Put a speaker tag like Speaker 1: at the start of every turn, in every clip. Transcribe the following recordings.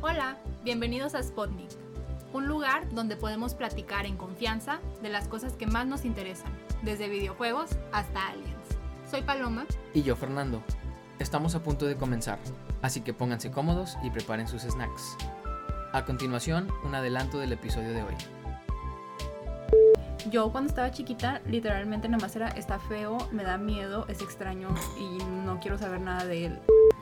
Speaker 1: Hola, bienvenidos a Spotnik, un lugar donde podemos platicar en confianza de las cosas que más nos interesan, desde videojuegos hasta aliens. Soy Paloma.
Speaker 2: Y yo, Fernando. Estamos a punto de comenzar, así que pónganse cómodos y preparen sus snacks. A continuación, un adelanto del episodio de hoy.
Speaker 1: Yo cuando estaba chiquita, literalmente nada más era, está feo, me da miedo, es extraño y no quiero saber nada de él.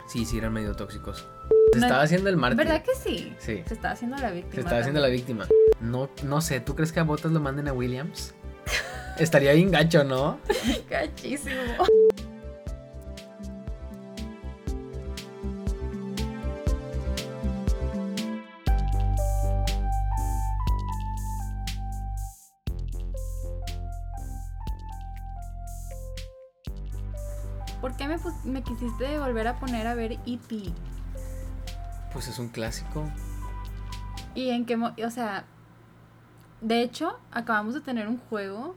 Speaker 2: Sí, sí, eran medio tóxicos. Se
Speaker 1: No,
Speaker 2: estaba haciendo el mártir.
Speaker 1: ¿Verdad que sí?
Speaker 2: Sí.
Speaker 1: Se está haciendo la víctima.
Speaker 2: Se estaba haciendo la
Speaker 1: también.
Speaker 2: víctima. No, no sé, ¿tú crees que a Botas lo manden a Williams? Estaría bien gacho, ¿no?
Speaker 1: Cachísimo. ¿Por qué me, pus- me quisiste volver a poner a ver E E.P.?
Speaker 2: Pues es un clásico.
Speaker 1: ¿Y en qué... mo- O sea, de hecho, acabamos de tener un juego,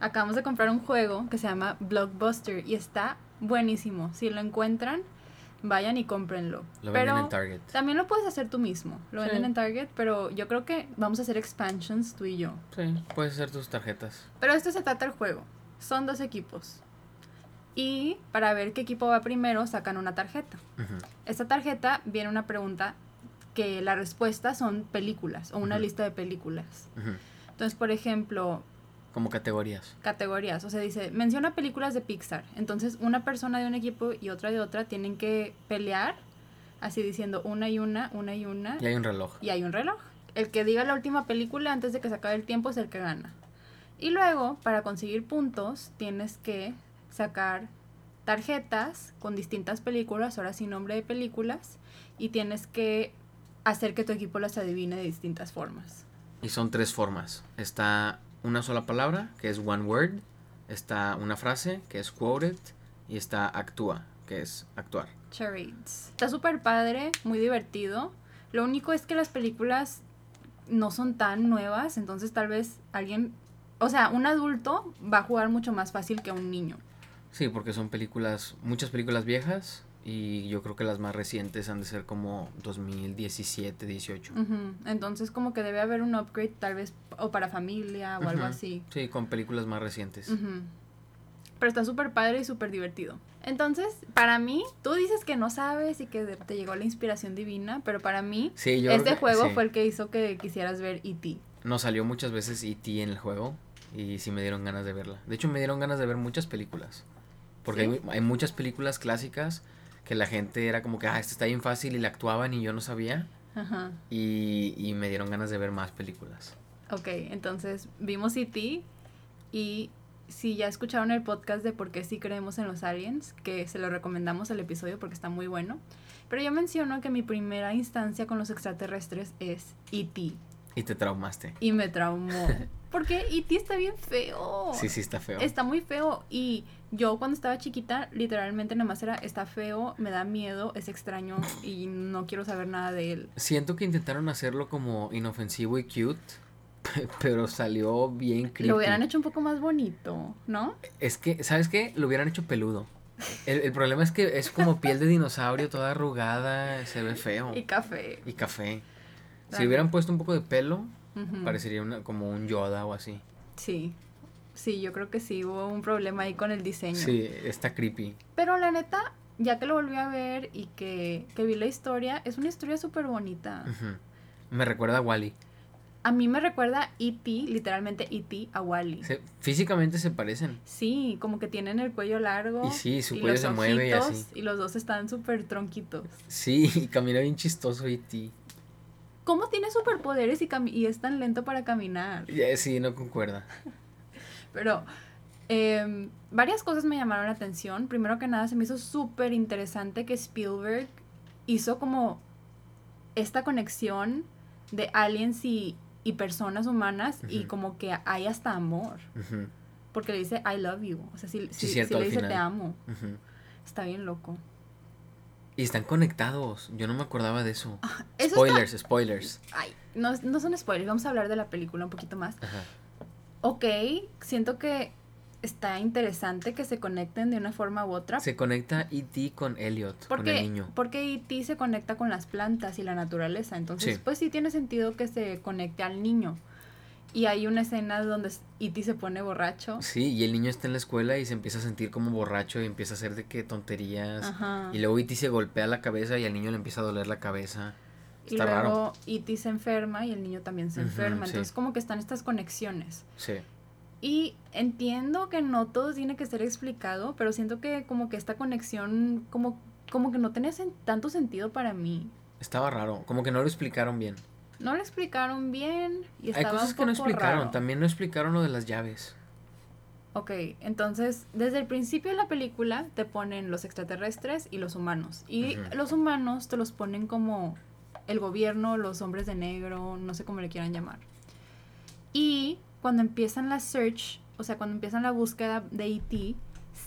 Speaker 1: acabamos de comprar un juego que se llama Blockbuster y está buenísimo. Si lo encuentran, vayan y cómprenlo.
Speaker 2: Lo venden
Speaker 1: pero
Speaker 2: en Target.
Speaker 1: también lo puedes hacer tú mismo. Lo
Speaker 2: Sí.
Speaker 1: venden en Target, pero yo creo que vamos a hacer expansions tú y yo.
Speaker 2: Sí, puedes hacer tus tarjetas.
Speaker 1: Pero esto se trata el juego. Son dos equipos. Y para ver qué equipo va primero, sacan una tarjeta.
Speaker 2: Ujú.
Speaker 1: Esta tarjeta viene una pregunta que la respuesta son películas o una
Speaker 2: Ujú.
Speaker 1: lista de películas.
Speaker 2: Ujú.
Speaker 1: Entonces, por ejemplo,
Speaker 2: Como categorías.
Speaker 1: categorías. O sea, dice, menciona películas de Pixar. Entonces, una persona de un equipo y otra de otra tienen que pelear, así diciendo una y una, una y una.
Speaker 2: Y hay un reloj.
Speaker 1: Y hay un reloj. El que diga la última película antes de que se acabe el tiempo es el que gana. Y luego, para conseguir puntos, tienes que sacar tarjetas con distintas películas, ahora sin nombre de películas, y tienes que hacer que tu equipo las adivine de distintas formas.
Speaker 2: Y son tres formas. Está una sola palabra, que es one word. Está una frase, que es quoted. Y está actúa, que es actuar.
Speaker 1: Charades. Está súper padre, muy divertido. Lo único es que las películas no son tan nuevas, entonces tal vez alguien, o sea, un adulto va a jugar mucho más fácil que un niño.
Speaker 2: Sí, porque son películas, muchas películas viejas. Y yo creo que las más recientes han de ser como 2017, 18.
Speaker 1: Ujú, Entonces como que debe haber un upgrade tal vez o para familia o algo
Speaker 2: Ujú.
Speaker 1: así.
Speaker 2: Sí, con películas más recientes.
Speaker 1: Ujú. Pero está súper padre y súper divertido. Entonces, para mí, tú dices que no sabes y que de- te llegó la inspiración divina, pero para mí,
Speaker 2: Sí, yo
Speaker 1: este
Speaker 2: creo que-
Speaker 1: juego
Speaker 2: sí.
Speaker 1: fue el que hizo que quisieras ver E E.T.
Speaker 2: Nos salió muchas veces E.T. en el juego y sí me dieron ganas de verla. De hecho, me dieron ganas de ver muchas películas. Porque
Speaker 1: ¿Sí?
Speaker 2: hay, hay muchas películas clásicas que la gente era como que, ah, esta está bien fácil y la actuaban y yo no sabía.
Speaker 1: Ajá.
Speaker 2: Y, y me dieron ganas de ver más películas.
Speaker 1: Ok, entonces vimos E.T. y si ya escucharon el podcast de por qué sí creemos en los aliens, que se lo recomendamos el episodio porque está muy bueno, pero yo menciono que mi primera instancia con los extraterrestres es E.T.
Speaker 2: Y te traumaste.
Speaker 1: y me traumó. Porque E.T. está bien feo.
Speaker 2: Sí, sí, está feo.
Speaker 1: Está muy feo y yo cuando estaba chiquita literalmente nada más era está feo, me da miedo, es extraño y no quiero saber nada de él.
Speaker 2: Siento que intentaron hacerlo como inofensivo y cute, pe- pero salió bien creepy.
Speaker 1: Lo hubieran hecho un poco más bonito, ¿no?
Speaker 2: Es que, ¿sabes qué? Lo hubieran hecho peludo. El, el problema es que es como piel de dinosaurio, toda arrugada, se ve feo.
Speaker 1: Y café.
Speaker 2: Y café. Si
Speaker 1: Dale.
Speaker 2: hubieran puesto un poco de pelo,
Speaker 1: Ujú.
Speaker 2: parecería una- como un Yoda o así.
Speaker 1: Sí, sí, yo creo que sí hubo un problema ahí con el diseño.
Speaker 2: Sí, está creepy.
Speaker 1: Pero la neta, ya que lo volví a ver y que, que vi la historia, es una historia súper bonita.
Speaker 2: Ujú. Me recuerda a Wally.
Speaker 1: A mí me recuerda a E.T., literalmente E.T. a Wally. Sí.
Speaker 2: Se- físicamente se parecen.
Speaker 1: como que tienen el cuello largo.
Speaker 2: Y sí, su cuello se mueve y así.
Speaker 1: y los dos están súper tronquitos.
Speaker 2: Sí, y camina bien chistoso E y ti.
Speaker 1: ¿Cómo tiene superpoderes y, cami- y es tan lento para caminar?
Speaker 2: Ya, Sí, no concuerda.
Speaker 1: Pero eh, varias cosas me llamaron la atención. Primero que nada, se me hizo súper interesante que Spielberg hizo como esta conexión de aliens y, y personas humanas y
Speaker 2: Ujú.
Speaker 1: como que hay hasta amor.
Speaker 2: Ujú,
Speaker 1: Porque le dice, I love you. O sea, si, si,
Speaker 2: cierto,
Speaker 1: si
Speaker 2: al
Speaker 1: le dice,
Speaker 2: final.
Speaker 1: te amo.
Speaker 2: ujú.
Speaker 1: Está bien loco.
Speaker 2: Y están conectados. Yo no me acordaba de eso.
Speaker 1: Ah, Eso
Speaker 2: spoilers, spoilers.
Speaker 1: está- ay, no, no son spoilers. Vamos a hablar de la película un poquito más.
Speaker 2: Ajá.
Speaker 1: Ok, siento que está interesante que se conecten de una forma u otra.
Speaker 2: Se conecta E.T. con Elliot, con el
Speaker 1: Porque,
Speaker 2: niño.
Speaker 1: porque E.T. se conecta con las plantas y la naturaleza. Entonces,
Speaker 2: Sí.
Speaker 1: pues sí tiene sentido que se conecte al niño. Y hay una escena donde E.T. se pone borracho.
Speaker 2: Sí, y el niño está en la escuela y se empieza a sentir como borracho y empieza a hacer de que tonterías.
Speaker 1: Ajá.
Speaker 2: Y luego E.T. se golpea la cabeza y al niño le empieza a doler la cabeza.
Speaker 1: Y
Speaker 2: Está raro.
Speaker 1: luego E.T. se enferma y el niño también se
Speaker 2: Ujú,
Speaker 1: enferma.
Speaker 2: sí.
Speaker 1: Entonces, como que están estas conexiones.
Speaker 2: Sí.
Speaker 1: Y entiendo que no todo tiene que ser explicado, pero siento que como que esta conexión como, como que no tenía sen- tanto sentido para mí.
Speaker 2: Estaba raro. Como que no lo explicaron bien.
Speaker 1: No lo explicaron bien y
Speaker 2: Hay
Speaker 1: estaba
Speaker 2: cosas
Speaker 1: un
Speaker 2: que no
Speaker 1: poco
Speaker 2: explicaron.
Speaker 1: raro.
Speaker 2: También no explicaron lo de las llaves.
Speaker 1: Ok, entonces desde el principio de la película te ponen los extraterrestres y los humanos. Y
Speaker 2: Ujú.
Speaker 1: los humanos te los ponen como el gobierno, los hombres de negro, no sé cómo le quieran llamar. Y cuando empiezan la search, o sea, cuando empiezan la búsqueda de E.T.,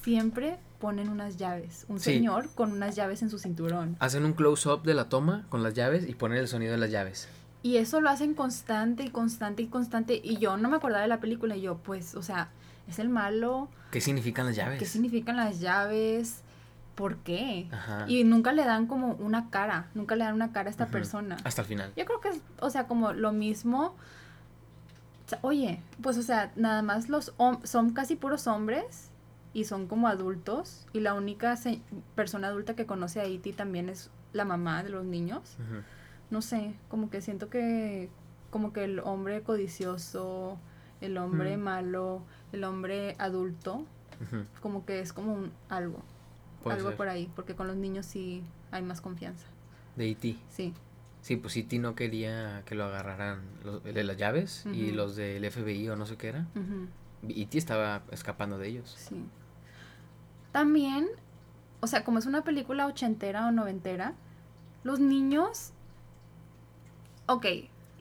Speaker 1: siempre ponen unas llaves. Un
Speaker 2: Sí.
Speaker 1: señor con unas llaves en su cinturón.
Speaker 2: Hacen un close-up de la toma con las llaves y ponen el sonido de las llaves.
Speaker 1: Y eso lo hacen constante y constante y constante. Y yo no me acordaba de la película y yo, pues, o sea, es el malo,
Speaker 2: ¿Qué significan las llaves?
Speaker 1: ¿Qué significan las llaves? ¿Por qué?
Speaker 2: Ajá.
Speaker 1: Y nunca le dan como una cara, nunca le dan una cara a esta
Speaker 2: Ujú.
Speaker 1: persona.
Speaker 2: Hasta el final.
Speaker 1: Yo creo que es, o sea, como lo mismo. O sea, Oye, pues o sea, nada más los hom- son casi puros hombres y son como adultos y la única se- persona adulta que conoce a Iti también es la mamá de los niños.
Speaker 2: Ujú.
Speaker 1: No sé, como que siento que como que el hombre codicioso, el hombre
Speaker 2: Mm.
Speaker 1: malo, el hombre adulto
Speaker 2: Ujú.
Speaker 1: pues, como que es como un algo,
Speaker 2: Puede
Speaker 1: algo
Speaker 2: ser.
Speaker 1: por ahí, porque con los niños sí hay más confianza.
Speaker 2: De E.T.
Speaker 1: Sí,
Speaker 2: Sí, pues E.T. no quería que lo agarraran los- el de las llaves y
Speaker 1: Ujú.
Speaker 2: los del FBI o no sé qué era.
Speaker 1: ujú,
Speaker 2: E.T. estaba escapando de ellos.
Speaker 1: sí. También, o sea, como es una película ochentera o noventera, los niños Ok,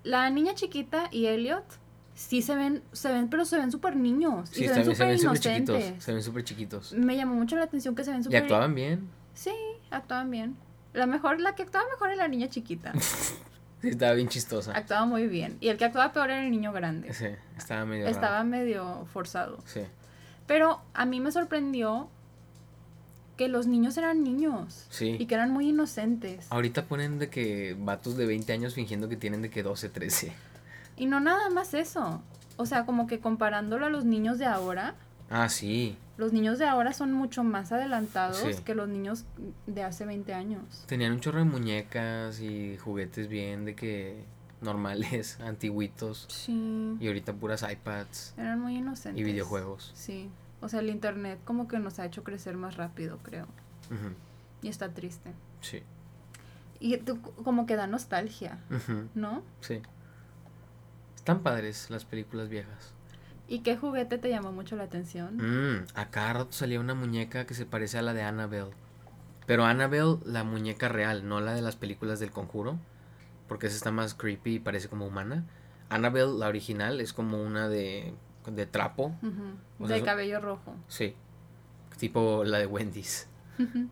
Speaker 1: la niña chiquita y Elliot sí se ven, se ven, pero se ven súper niños
Speaker 2: Sí,
Speaker 1: y se
Speaker 2: está
Speaker 1: ven
Speaker 2: bien, se
Speaker 1: súper
Speaker 2: ven súper chiquitos.
Speaker 1: inocentes.
Speaker 2: Se ven súper chiquitos.
Speaker 1: Me llamó mucho la atención que se ven
Speaker 2: Y
Speaker 1: súper
Speaker 2: actuaban bien.
Speaker 1: Sí, actuaban bien. La mejor, la que actuaba mejor era la niña chiquita.
Speaker 2: Sí, estaba bien chistosa.
Speaker 1: Actuaba muy bien. Y el que actuaba peor era el niño grande.
Speaker 2: Sí, estaba medio raro.
Speaker 1: Estaba medio forzado.
Speaker 2: Sí.
Speaker 1: Pero a mí me sorprendió que los niños eran niños.
Speaker 2: Sí. Ah.
Speaker 1: Y que eran muy inocentes.
Speaker 2: Ahorita ponen de que vatos de 20 años fingiendo que tienen de que 12, 13.
Speaker 1: Y no nada más eso. O sea, como que comparándolo a los niños de ahora,
Speaker 2: Ah, sí.
Speaker 1: los niños de ahora son mucho más adelantados
Speaker 2: Sí.
Speaker 1: que los niños de hace 20 años.
Speaker 2: Tenían un chorro de muñecas y juguetes bien de que normales, antiguitos.
Speaker 1: Sí.
Speaker 2: Y ahorita puras iPads
Speaker 1: Eran muy inocentes.
Speaker 2: y videojuegos.
Speaker 1: Sí. O sea, el internet como que nos ha hecho crecer más rápido, creo.
Speaker 2: Ujú,
Speaker 1: Y está triste.
Speaker 2: Sí.
Speaker 1: Y tú- como que da nostalgia,
Speaker 2: Ujú,
Speaker 1: ¿no?
Speaker 2: Sí. Están padres las películas viejas.
Speaker 1: ¿Y qué juguete te llamó mucho la atención?
Speaker 2: Mm, a cada rato salía una muñeca que se parece a la de Annabelle. Pero Annabelle, la muñeca real, no la de las películas del conjuro. Porque esa está más creepy y parece como humana. Annabelle, la original, es como una de, de trapo.
Speaker 1: Ujú,
Speaker 2: O sea,
Speaker 1: De
Speaker 2: so-
Speaker 1: cabello rojo.
Speaker 2: Sí. Tipo la de Wendy's.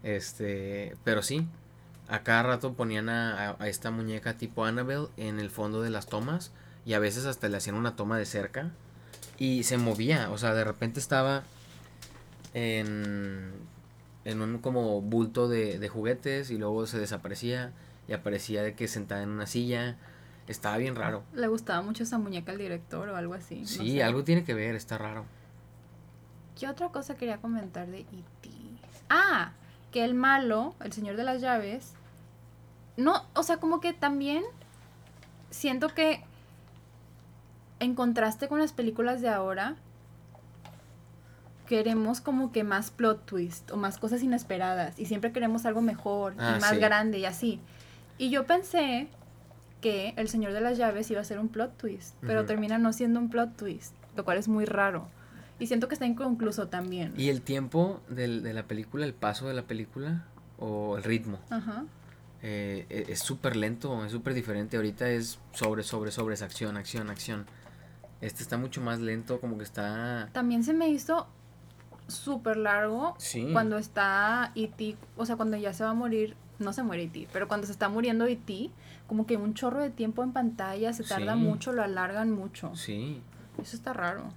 Speaker 2: Este, pero sí. A cada rato ponían a, a- a esta muñeca tipo Annabelle en el fondo de las tomas. Y a veces hasta le hacían una toma de cerca. Y se movía. O sea, de repente estaba en, en un como bulto de, de juguetes. Y luego se desaparecía. Y aparecía de que sentada en una silla. Estaba bien raro.
Speaker 1: Le gustaba mucho esa muñeca al director o algo así. no
Speaker 2: Sí,
Speaker 1: sé.
Speaker 2: algo tiene que ver, está raro.
Speaker 1: ¿Qué otra cosa quería comentar de E.T.? Ah, que el malo, el señor de las llaves. No, o sea, como que también siento que en contraste con las películas de ahora, queremos como que más plot twist o más cosas inesperadas y siempre queremos algo mejor
Speaker 2: Ah,
Speaker 1: y más
Speaker 2: sí.
Speaker 1: grande y así. Y yo pensé que El Señor de las Llaves iba a ser un plot twist, pero
Speaker 2: Ujú.
Speaker 1: termina no siendo un plot twist, lo cual es muy raro. Y siento que está inconcluso también.
Speaker 2: Y el tiempo del- de la película, el paso de la película o el ritmo.
Speaker 1: Ajá.
Speaker 2: eh, e- es súper lento, es súper diferente. Ahorita es sobre, sobre, sobre, es acción, acción, acción. Este está mucho más lento, como que está...
Speaker 1: También se me hizo súper largo
Speaker 2: Sí.
Speaker 1: cuando está E.T., o sea, cuando ya se va a morir, no se muere E.T., pero cuando se está muriendo E.T., como que un chorro de tiempo en pantalla, se tarda
Speaker 2: Sí.
Speaker 1: mucho, lo alargan mucho.
Speaker 2: Sí.
Speaker 1: Eso está raro.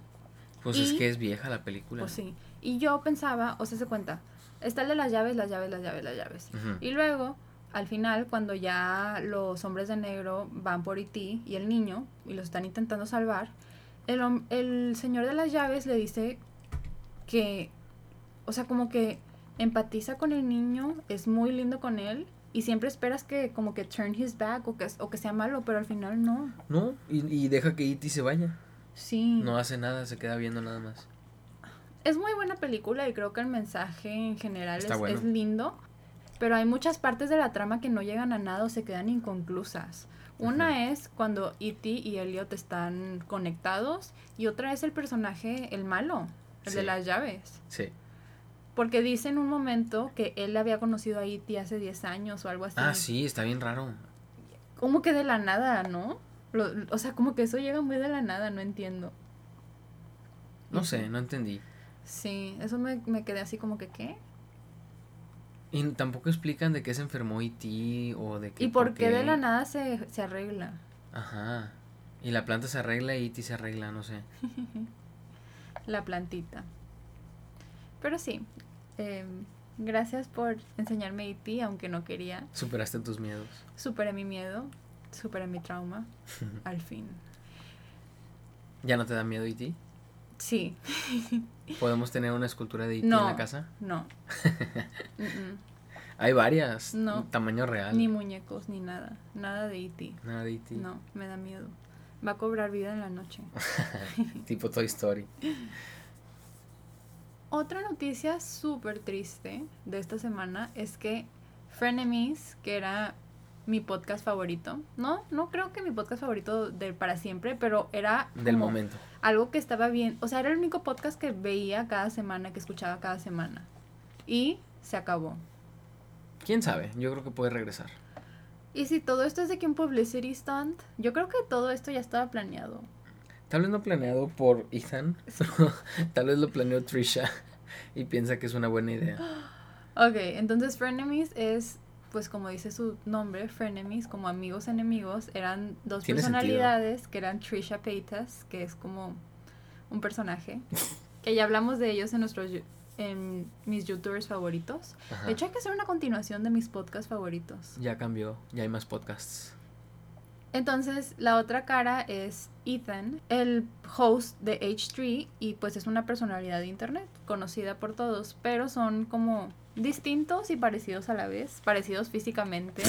Speaker 2: Pues
Speaker 1: Y-
Speaker 2: es que es vieja la película.
Speaker 1: Pues sí. Y yo pensaba, o sea, se cuenta, está el de las llaves, las llaves, las llaves, las llaves.
Speaker 2: Ujú.
Speaker 1: Y luego, al final, cuando ya los hombres de negro van por Iti y el niño y los están intentando salvar, el, hom- el señor de las llaves le dice que, o sea, como que empatiza con el niño, es muy lindo con él y siempre esperas que como que turn his back o que, o que sea malo, pero al final no.
Speaker 2: No, y, y deja que E.T. se vaya.
Speaker 1: Sí.
Speaker 2: No hace nada, se queda viendo nada más.
Speaker 1: Es muy buena película y creo que el mensaje en general
Speaker 2: Está
Speaker 1: es,
Speaker 2: bueno.
Speaker 1: es lindo, pero hay muchas partes de la trama que no llegan a nada o se quedan inconclusas. Una
Speaker 2: Ujú.
Speaker 1: es cuando E.T. y Elliot están conectados y otra es el personaje, el malo, el de
Speaker 2: Sí.
Speaker 1: las llaves.
Speaker 2: Sí.
Speaker 1: Porque dice en un momento que él había conocido a E.T. hace 10 años o algo así.
Speaker 2: Ah, sí, está bien raro.
Speaker 1: Como que de la nada, ¿no? Lo- o sea, como que eso llega muy de la nada, no entiendo.
Speaker 2: No
Speaker 1: Ujú.
Speaker 2: sé, no entendí.
Speaker 1: Sí, eso me, me quedé así como que, ¿qué?
Speaker 2: Y tampoco explican de qué se enfermó E.T. o de qué.
Speaker 1: ¿Y por qué de la nada se, se arregla?
Speaker 2: Ajá. Y la planta se arregla y E.T. se arregla, no sé.
Speaker 1: La plantita. Pero sí, eh, gracias por enseñarme E.T., aunque no quería.
Speaker 2: Superaste tus miedos.
Speaker 1: Superé mi miedo, superé mi trauma, al fin.
Speaker 2: ¿Ya no te da miedo E E.T.?
Speaker 1: Sí,
Speaker 2: ¿Podemos tener una escultura de E.T. en
Speaker 1: No.
Speaker 2: la casa?
Speaker 1: no. Mm,
Speaker 2: Hay varias.
Speaker 1: No.
Speaker 2: Tamaño
Speaker 1: mm,
Speaker 2: real.
Speaker 1: Ni muñecos, ni nada. Nada de E.T.
Speaker 2: Nada de E E.T.
Speaker 1: No, me da miedo. Va a cobrar vida en la noche.
Speaker 2: tipo Toy Story.
Speaker 1: Otra noticia súper triste de esta semana es que Frenemies, que era mi podcast favorito, no, no creo que mi podcast favorito del para siempre, pero era
Speaker 2: Del
Speaker 1: como
Speaker 2: momento.
Speaker 1: algo que estaba bien, o sea, era el único podcast que veía cada semana, que escuchaba cada semana. Y se acabó.
Speaker 2: ¿Quién sabe? Yo creo que puede regresar.
Speaker 1: Y si todo esto es de que un publicity stunt, yo creo que todo esto ya estaba planeado.
Speaker 2: Tal vez no planeado por Ethan. Tal vez lo planeó Trisha y piensa que es una buena idea.
Speaker 1: Ok, entonces frenemies es, pues como dice su nombre, frenemies, como amigos enemigos, eran dos
Speaker 2: Tiene sentido.
Speaker 1: personalidades que eran Trisha Paytas, que es como un personaje, que ya hablamos de ellos en nuestros yo- en mis youtubers favoritos.
Speaker 2: Ajá.
Speaker 1: De hecho, hay que hacer una continuación de mis podcasts favoritos.
Speaker 2: ya cambió, ya hay más podcasts.
Speaker 1: Entonces, la otra cara es Ethan, el host de H3 y pues es una personalidad de internet conocida por todos, pero son como distintos y parecidos a la vez, parecidos físicamente,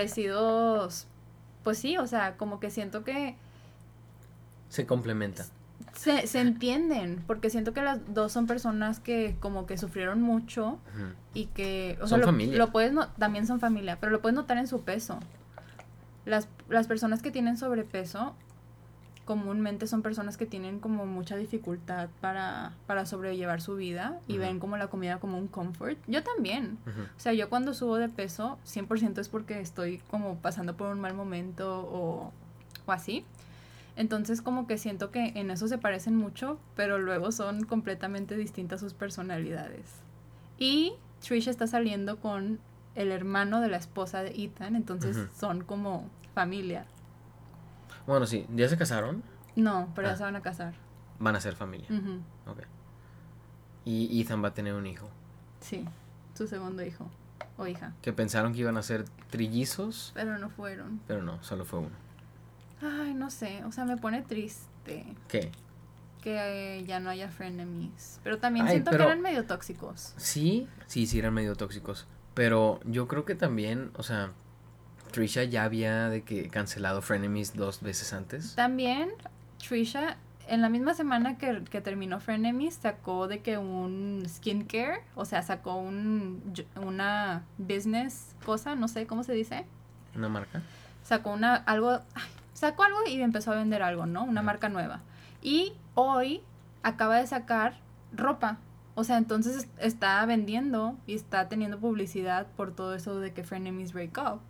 Speaker 1: parecidos pues sí, o sea, como que siento que
Speaker 2: Se complementan.
Speaker 1: se, se entienden, porque siento que las dos son personas que como que sufrieron mucho
Speaker 2: Ujú.
Speaker 1: y que o
Speaker 2: Son
Speaker 1: sea, lo,
Speaker 2: familia.
Speaker 1: lo puedes no- también son familia pero lo puedes notar en su peso las, las personas que tienen sobrepeso comúnmente son personas que tienen como mucha dificultad para, para sobrellevar su vida y
Speaker 2: Ujú.
Speaker 1: ven como la comida como un comfort yo también
Speaker 2: Ujú.
Speaker 1: o sea, yo cuando subo de peso, 100% es porque estoy como pasando por un mal momento o, o así. Entonces como que siento que en eso se parecen mucho, pero luego son completamente distintas sus personalidades. Y Trisha está saliendo con el hermano de la esposa de Ethan, entonces
Speaker 2: Ujú.
Speaker 1: son como familia.
Speaker 2: Bueno, sí, ya se casaron,
Speaker 1: No, pero
Speaker 2: Ah.
Speaker 1: ya se van a casar.
Speaker 2: van a ser familia.
Speaker 1: Ujú,
Speaker 2: Ok. Y Ethan va a tener un hijo.
Speaker 1: Sí, su segundo hijo o hija.
Speaker 2: Que pensaron que iban a ser trillizos,
Speaker 1: Pero no fueron.
Speaker 2: pero no, solo fue uno.
Speaker 1: Ay, no sé, o sea, me pone triste.
Speaker 2: ¿Qué?
Speaker 1: que ya no haya frenemies. Pero también
Speaker 2: Ay,
Speaker 1: siento
Speaker 2: pero-
Speaker 1: que eran medio tóxicos.
Speaker 2: Sí, sí, sí eran medio tóxicos. Pero yo creo que también, o sea, Trisha ya había de que cancelado Frenemies dos veces antes.
Speaker 1: También Trisha, en la misma semana que, que terminó Frenemies, sacó de que un skincare, o sea, sacó un, una business cosa, no sé cómo se dice,
Speaker 2: Una marca.
Speaker 1: sacó una algo ay, sacó algo y empezó a vender algo no una
Speaker 2: Ujú.
Speaker 1: marca nueva y hoy acaba de sacar ropa o sea entonces es- está vendiendo y está teniendo publicidad por todo eso de que frenemies break up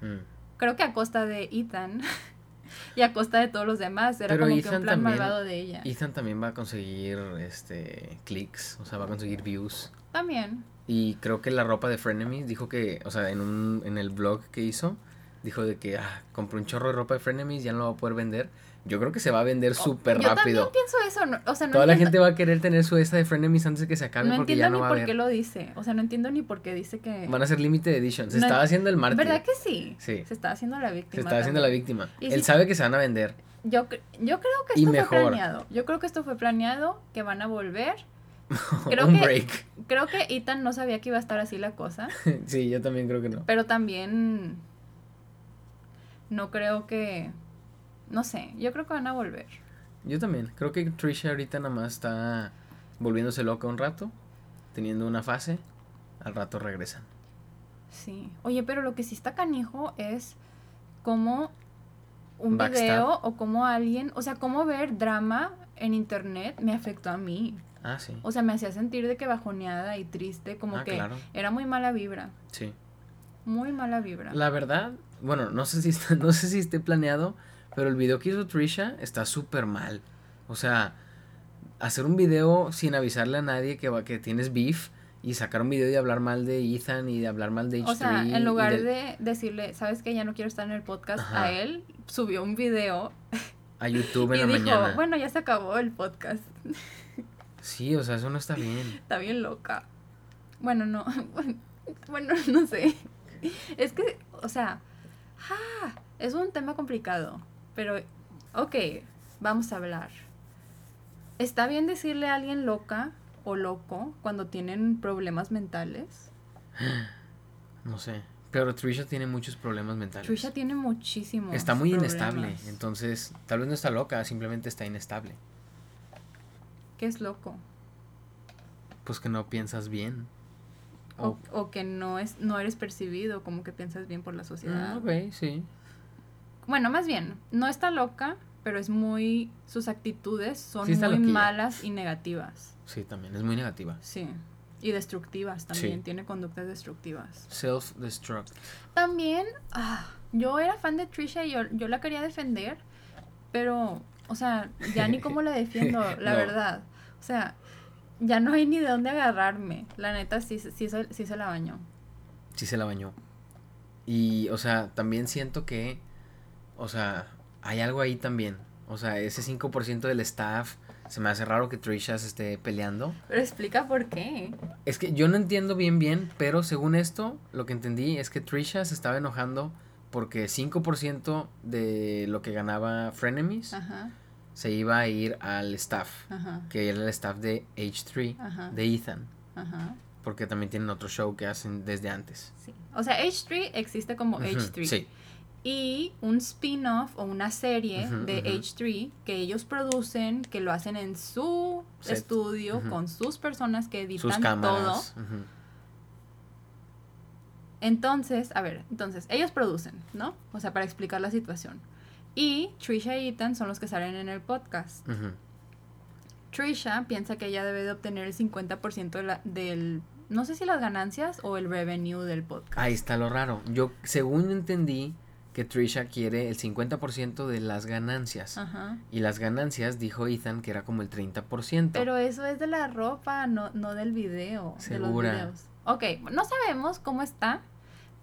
Speaker 2: Mm.
Speaker 1: creo que a costa de Ethan y a costa de todos los demás era
Speaker 2: Pero
Speaker 1: como que
Speaker 2: Ethan
Speaker 1: un plan
Speaker 2: también-
Speaker 1: malvado de ella
Speaker 2: Ethan también va a conseguir este clics, o sea, va a conseguir views.
Speaker 1: también
Speaker 2: Y creo que la ropa de Frenemies dijo que, o sea, en un en el blog que hizo dijo de que ah, compré un chorro de ropa de Frenemies, ya no lo va a poder vender. Yo creo que se va a vender
Speaker 1: Oh,
Speaker 2: súper
Speaker 1: Yo también
Speaker 2: rápido.
Speaker 1: pienso eso, no- o sea, no
Speaker 2: Toda la
Speaker 1: entiendo-
Speaker 2: gente va a querer tener su esta de Frenemies antes de que se acabe
Speaker 1: no
Speaker 2: porque
Speaker 1: entiendo
Speaker 2: ya
Speaker 1: ni
Speaker 2: no va a
Speaker 1: por qué
Speaker 2: haber.
Speaker 1: lo dice, o sea, no entiendo ni por qué dice que...
Speaker 2: Van a ser límite edition. Se
Speaker 1: Eh, No-
Speaker 2: estaba haciendo el mártir.
Speaker 1: ¿Verdad que sí?
Speaker 2: Sí.
Speaker 1: Se está haciendo la víctima.
Speaker 2: Se estaba haciendo la
Speaker 1: también.
Speaker 2: víctima.
Speaker 1: Y
Speaker 2: Él
Speaker 1: si-
Speaker 2: sabe que se van a vender.
Speaker 1: Yo, cre- yo creo que
Speaker 2: Y
Speaker 1: esto fue
Speaker 2: mejor.
Speaker 1: planeado. Yo creo que esto fue planeado, que van a volver. Creo
Speaker 2: un
Speaker 1: que-
Speaker 2: break.
Speaker 1: Creo que Ethan no sabía que iba a estar así la cosa,
Speaker 2: sí, yo también creo que no.
Speaker 1: pero también no creo que... No sé, yo creo que van a volver.
Speaker 2: Yo también. Creo que Trisha ahorita nada más está volviéndose loca un rato, teniendo una fase. Al rato regresan.
Speaker 1: Sí. Oye, pero lo que sí está canijo es cómo un
Speaker 2: Backstab.
Speaker 1: video o cómo alguien, o sea, cómo ver drama en internet me afectó a mí.
Speaker 2: Ah, sí.
Speaker 1: O sea, me hacía sentir de que bajoneada y triste, como
Speaker 2: Ah,
Speaker 1: que
Speaker 2: claro.
Speaker 1: era muy mala vibra,
Speaker 2: Sí.
Speaker 1: muy mala vibra.
Speaker 2: La verdad, bueno, no sé si está- no sé si esté planeado, pero el video que hizo Trisha está súper mal. O sea, hacer un video sin avisarle a nadie que va que tienes beef y sacar un video y hablar mal de Ethan y de hablar mal de H3
Speaker 1: o sea,
Speaker 2: y
Speaker 1: en lugar
Speaker 2: del-
Speaker 1: de decirle, sabes que ya no quiero estar en el podcast,
Speaker 2: Ajá.
Speaker 1: a él subió un video
Speaker 2: a YouTube
Speaker 1: y
Speaker 2: en la
Speaker 1: dijo,
Speaker 2: mañana.
Speaker 1: bueno, ya se acabó el podcast,
Speaker 2: Sí, o sea, eso no está bien.
Speaker 1: está bien loca. Bueno, no, bueno, no sé. Es que, o sea, ah, es un tema complicado, pero, ok, vamos a hablar. ¿Está bien decirle a alguien loca o loco cuando tienen problemas mentales?
Speaker 2: No sé. Pero Trisha tiene muchos problemas mentales.
Speaker 1: Trisha tiene muchísimo.
Speaker 2: está muy inestable, entonces tal vez no está loca, simplemente está inestable.
Speaker 1: Que es loco.
Speaker 2: Pues que no piensas bien.
Speaker 1: O,
Speaker 2: O-
Speaker 1: o que no, es, no eres percibido, como que piensas bien por la sociedad.
Speaker 2: Mm, ok, sí.
Speaker 1: Bueno, más bien, no está loca, pero es muy. Sus actitudes son
Speaker 2: Sí está
Speaker 1: muy
Speaker 2: loquilla.
Speaker 1: malas y negativas.
Speaker 2: Sí, también es muy negativa.
Speaker 1: Sí. Y destructivas también.
Speaker 2: Sí.
Speaker 1: Tiene conductas destructivas.
Speaker 2: Self-destruct.
Speaker 1: También, ah, yo era fan de Trisha y yo, yo la quería defender, pero, o sea, ya ni cómo la defiendo, la
Speaker 2: No.
Speaker 1: verdad. O sea, ya no hay ni de dónde agarrarme. La neta, sí, se- sí, se- sí se la bañó.
Speaker 2: Sí se la bañó. Y, o sea, también siento que, o sea, hay algo ahí también. O sea, ese 5% del staff, se me hace raro que Trisha se esté peleando.
Speaker 1: Pero explica por qué.
Speaker 2: Es que yo no entiendo bien bien, pero según esto, lo que entendí es que Trisha se estaba enojando porque 5% de lo que ganaba Frenemies
Speaker 1: Ajá,
Speaker 2: se iba a ir al staff,
Speaker 1: ajá,
Speaker 2: que era el staff de H3,
Speaker 1: Ajá.
Speaker 2: de Ethan,
Speaker 1: ajá.
Speaker 2: porque también tienen otro show que hacen desde antes.
Speaker 1: Sí. O sea, H3 existe como
Speaker 2: Ujú,
Speaker 1: H3.
Speaker 2: Sí.
Speaker 1: Y un spin-off o una serie
Speaker 2: Ujú,
Speaker 1: de
Speaker 2: ujú.
Speaker 1: H3 que ellos producen, que lo hacen en su
Speaker 2: Set.
Speaker 1: estudio,
Speaker 2: Ujú.
Speaker 1: con sus personas que
Speaker 2: sus
Speaker 1: editan todo.
Speaker 2: cámaras. ujú.
Speaker 1: Entonces, a ver, entonces, ellos producen, ¿no? O sea, para explicar la situación. Y Trisha y Ethan son los que salen en el podcast.
Speaker 2: Ujú.
Speaker 1: Trisha piensa que ella debe de obtener el 50% de la- del, no sé si las ganancias o el revenue del podcast.
Speaker 2: Ahí está lo raro. Yo, según entendí, que Trisha quiere el 50% de las ganancias.
Speaker 1: Ajá.
Speaker 2: Y las ganancias, dijo Ethan, que era como el 30%.
Speaker 1: Pero eso es de la ropa, no, no del video.
Speaker 2: Segura.
Speaker 1: De los videos. Ok, no sabemos cómo está,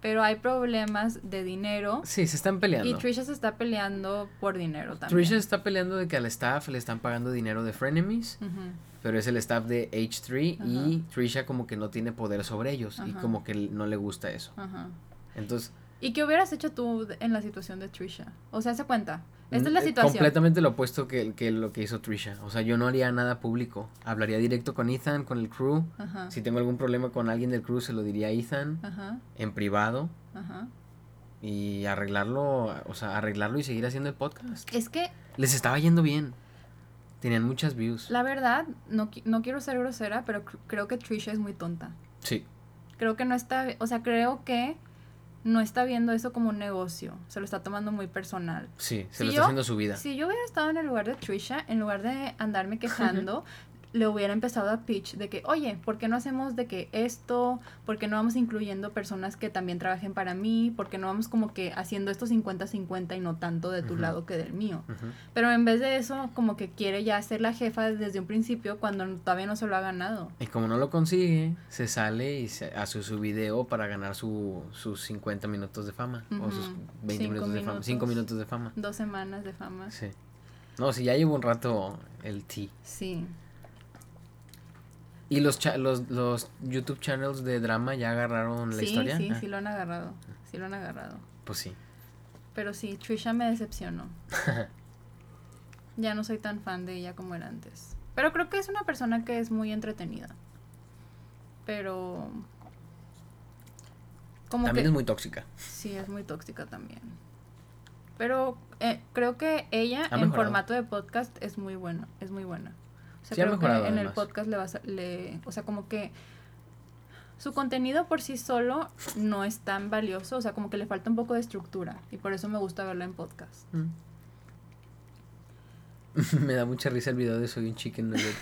Speaker 1: pero hay problemas de dinero.
Speaker 2: sí, se están peleando.
Speaker 1: Y Trisha se está peleando por dinero también.
Speaker 2: Trisha está peleando de que al staff le están pagando dinero de Frenemies,
Speaker 1: Ujú.
Speaker 2: pero es el staff de H3 y Trisha como que no tiene poder sobre ellos y
Speaker 1: Ajá.
Speaker 2: como que no le gusta eso.
Speaker 1: Ajá.
Speaker 2: Entonces,
Speaker 1: ¿Y qué hubieras hecho tú de- en la situación de Trisha? O sea, se cuenta. Esta es la
Speaker 2: eh,
Speaker 1: situación.
Speaker 2: Completamente lo opuesto que, que lo que hizo Trisha. O sea, yo no haría nada público. Hablaría directo con Ethan, con el crew,
Speaker 1: Ajá.
Speaker 2: Si tengo algún problema con alguien del crew, se lo diría a Ethan
Speaker 1: Ajá.
Speaker 2: en privado
Speaker 1: Ajá.
Speaker 2: y arreglarlo, o sea, arreglarlo y seguir haciendo el podcast.
Speaker 1: Es que,
Speaker 2: Les estaba yendo bien. Tenían muchas views.
Speaker 1: la verdad, no, qui- no quiero ser grosera, pero cr- creo que Trisha es muy tonta.
Speaker 2: Sí,
Speaker 1: Creo que no está, o sea, creo que no está viendo eso como un negocio. Se lo está tomando muy personal.
Speaker 2: sí, se
Speaker 1: Si
Speaker 2: lo
Speaker 1: yo-
Speaker 2: está haciendo su vida.
Speaker 1: Si yo hubiera estado en el lugar de Trisha, en lugar de andarme quejando, le hubiera empezado a pitch de que, oye, ¿por qué no hacemos de que esto? ¿Por qué no vamos incluyendo personas que también trabajen para mí? ¿Por qué no vamos como que haciendo esto 50-50 y no tanto de tu uh -huh. lado que del mío? Uh -huh. Pero en vez de eso, como que quiere ya ser la jefa desde un principio cuando todavía no se lo ha ganado.
Speaker 2: Y como no lo consigue, se sale y se hace su video para ganar su, sus 50 minutos de fama. Uh -huh. O sus 20 minutos, minutos de fama. 5 minutos de fama.
Speaker 1: Dos semanas de fama.
Speaker 2: Sí. No, si ya llevo un rato el T.
Speaker 1: Sí.
Speaker 2: ¿Y los, cha los, los YouTube channels de drama ya agarraron la
Speaker 1: sí,
Speaker 2: historia?
Speaker 1: Sí, ah. sí lo han agarrado. Sí lo han agarrado.
Speaker 2: Pues sí.
Speaker 1: Pero sí, Trisha me decepcionó. ya no soy tan fan de ella como era antes. Pero creo que es una persona que es muy entretenida. Pero...
Speaker 2: Como también que, es muy tóxica.
Speaker 1: Sí, es muy tóxica también. Pero eh, creo que ella ha en mejorado. formato de podcast es muy buena. Es muy buena. O sea, sí creo mejorado, que en además. el podcast le vas a, le, o sea, como que su contenido por sí solo no es tan valioso, o sea, como que le falta un poco de estructura y por eso me gusta verlo en podcast. Mm.
Speaker 2: me da mucha risa el video de soy un chicken nugget.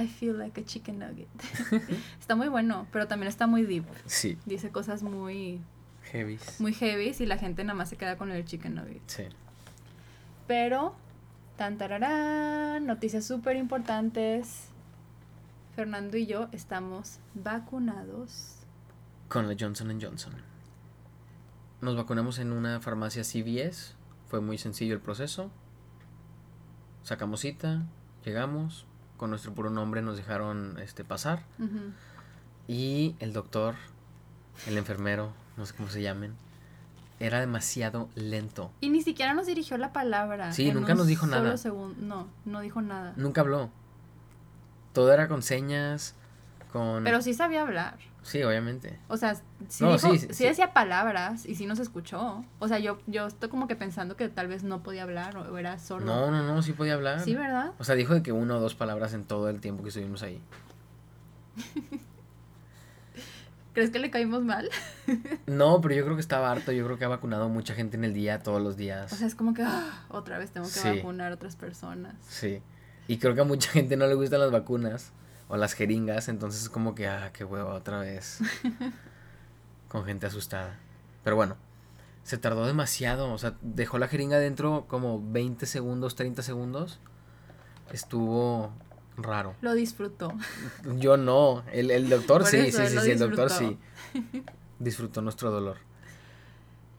Speaker 1: I feel like a chicken nugget. está muy bueno, pero también está muy deep.
Speaker 2: Sí.
Speaker 1: Dice cosas muy
Speaker 2: heavies.
Speaker 1: Muy heavies y la gente nada más se queda con el chicken nugget.
Speaker 2: Sí.
Speaker 1: Pero Tan, tararán, noticias súper importantes. Fernando y yo estamos vacunados.
Speaker 2: Con la Johnson Johnson. Nos vacunamos en una farmacia CVS. Fue muy sencillo el proceso. Sacamos cita, llegamos. Con nuestro puro nombre nos dejaron este, pasar. Uh -huh. Y el doctor, el enfermero, no sé cómo se llamen, era demasiado lento.
Speaker 1: Y ni siquiera nos dirigió la palabra.
Speaker 2: Sí, nunca nos dijo nada.
Speaker 1: Segundo. No, no dijo nada.
Speaker 2: Nunca habló. Todo era con señas, con...
Speaker 1: Pero sí sabía hablar.
Speaker 2: Sí, obviamente.
Speaker 1: O sea, sí, no, dijo, sí, sí, sí, decía palabras y sí nos escuchó. O sea, yo, yo estoy como que pensando que tal vez no podía hablar o era sordo.
Speaker 2: No, no, no, sí podía hablar.
Speaker 1: Sí, ¿verdad?
Speaker 2: O sea, dijo de que una o dos palabras en todo el tiempo que estuvimos ahí.
Speaker 1: ¿Crees que le caímos mal?
Speaker 2: no, pero yo creo que estaba harto. Yo creo que ha vacunado mucha gente en el día, todos los días.
Speaker 1: O sea, es como que ah, otra vez tengo que sí. vacunar a otras personas.
Speaker 2: Sí. Y creo que a mucha gente no le gustan las vacunas o las jeringas. Entonces es como que, ah, qué hueva, otra vez. Con gente asustada. Pero bueno, se tardó demasiado. O sea, dejó la jeringa dentro como 20 segundos, 30 segundos. Estuvo raro.
Speaker 1: Lo disfrutó.
Speaker 2: Yo no, el, el doctor sí, eso, sí, sí, sí, el doctor sí. Disfrutó nuestro dolor.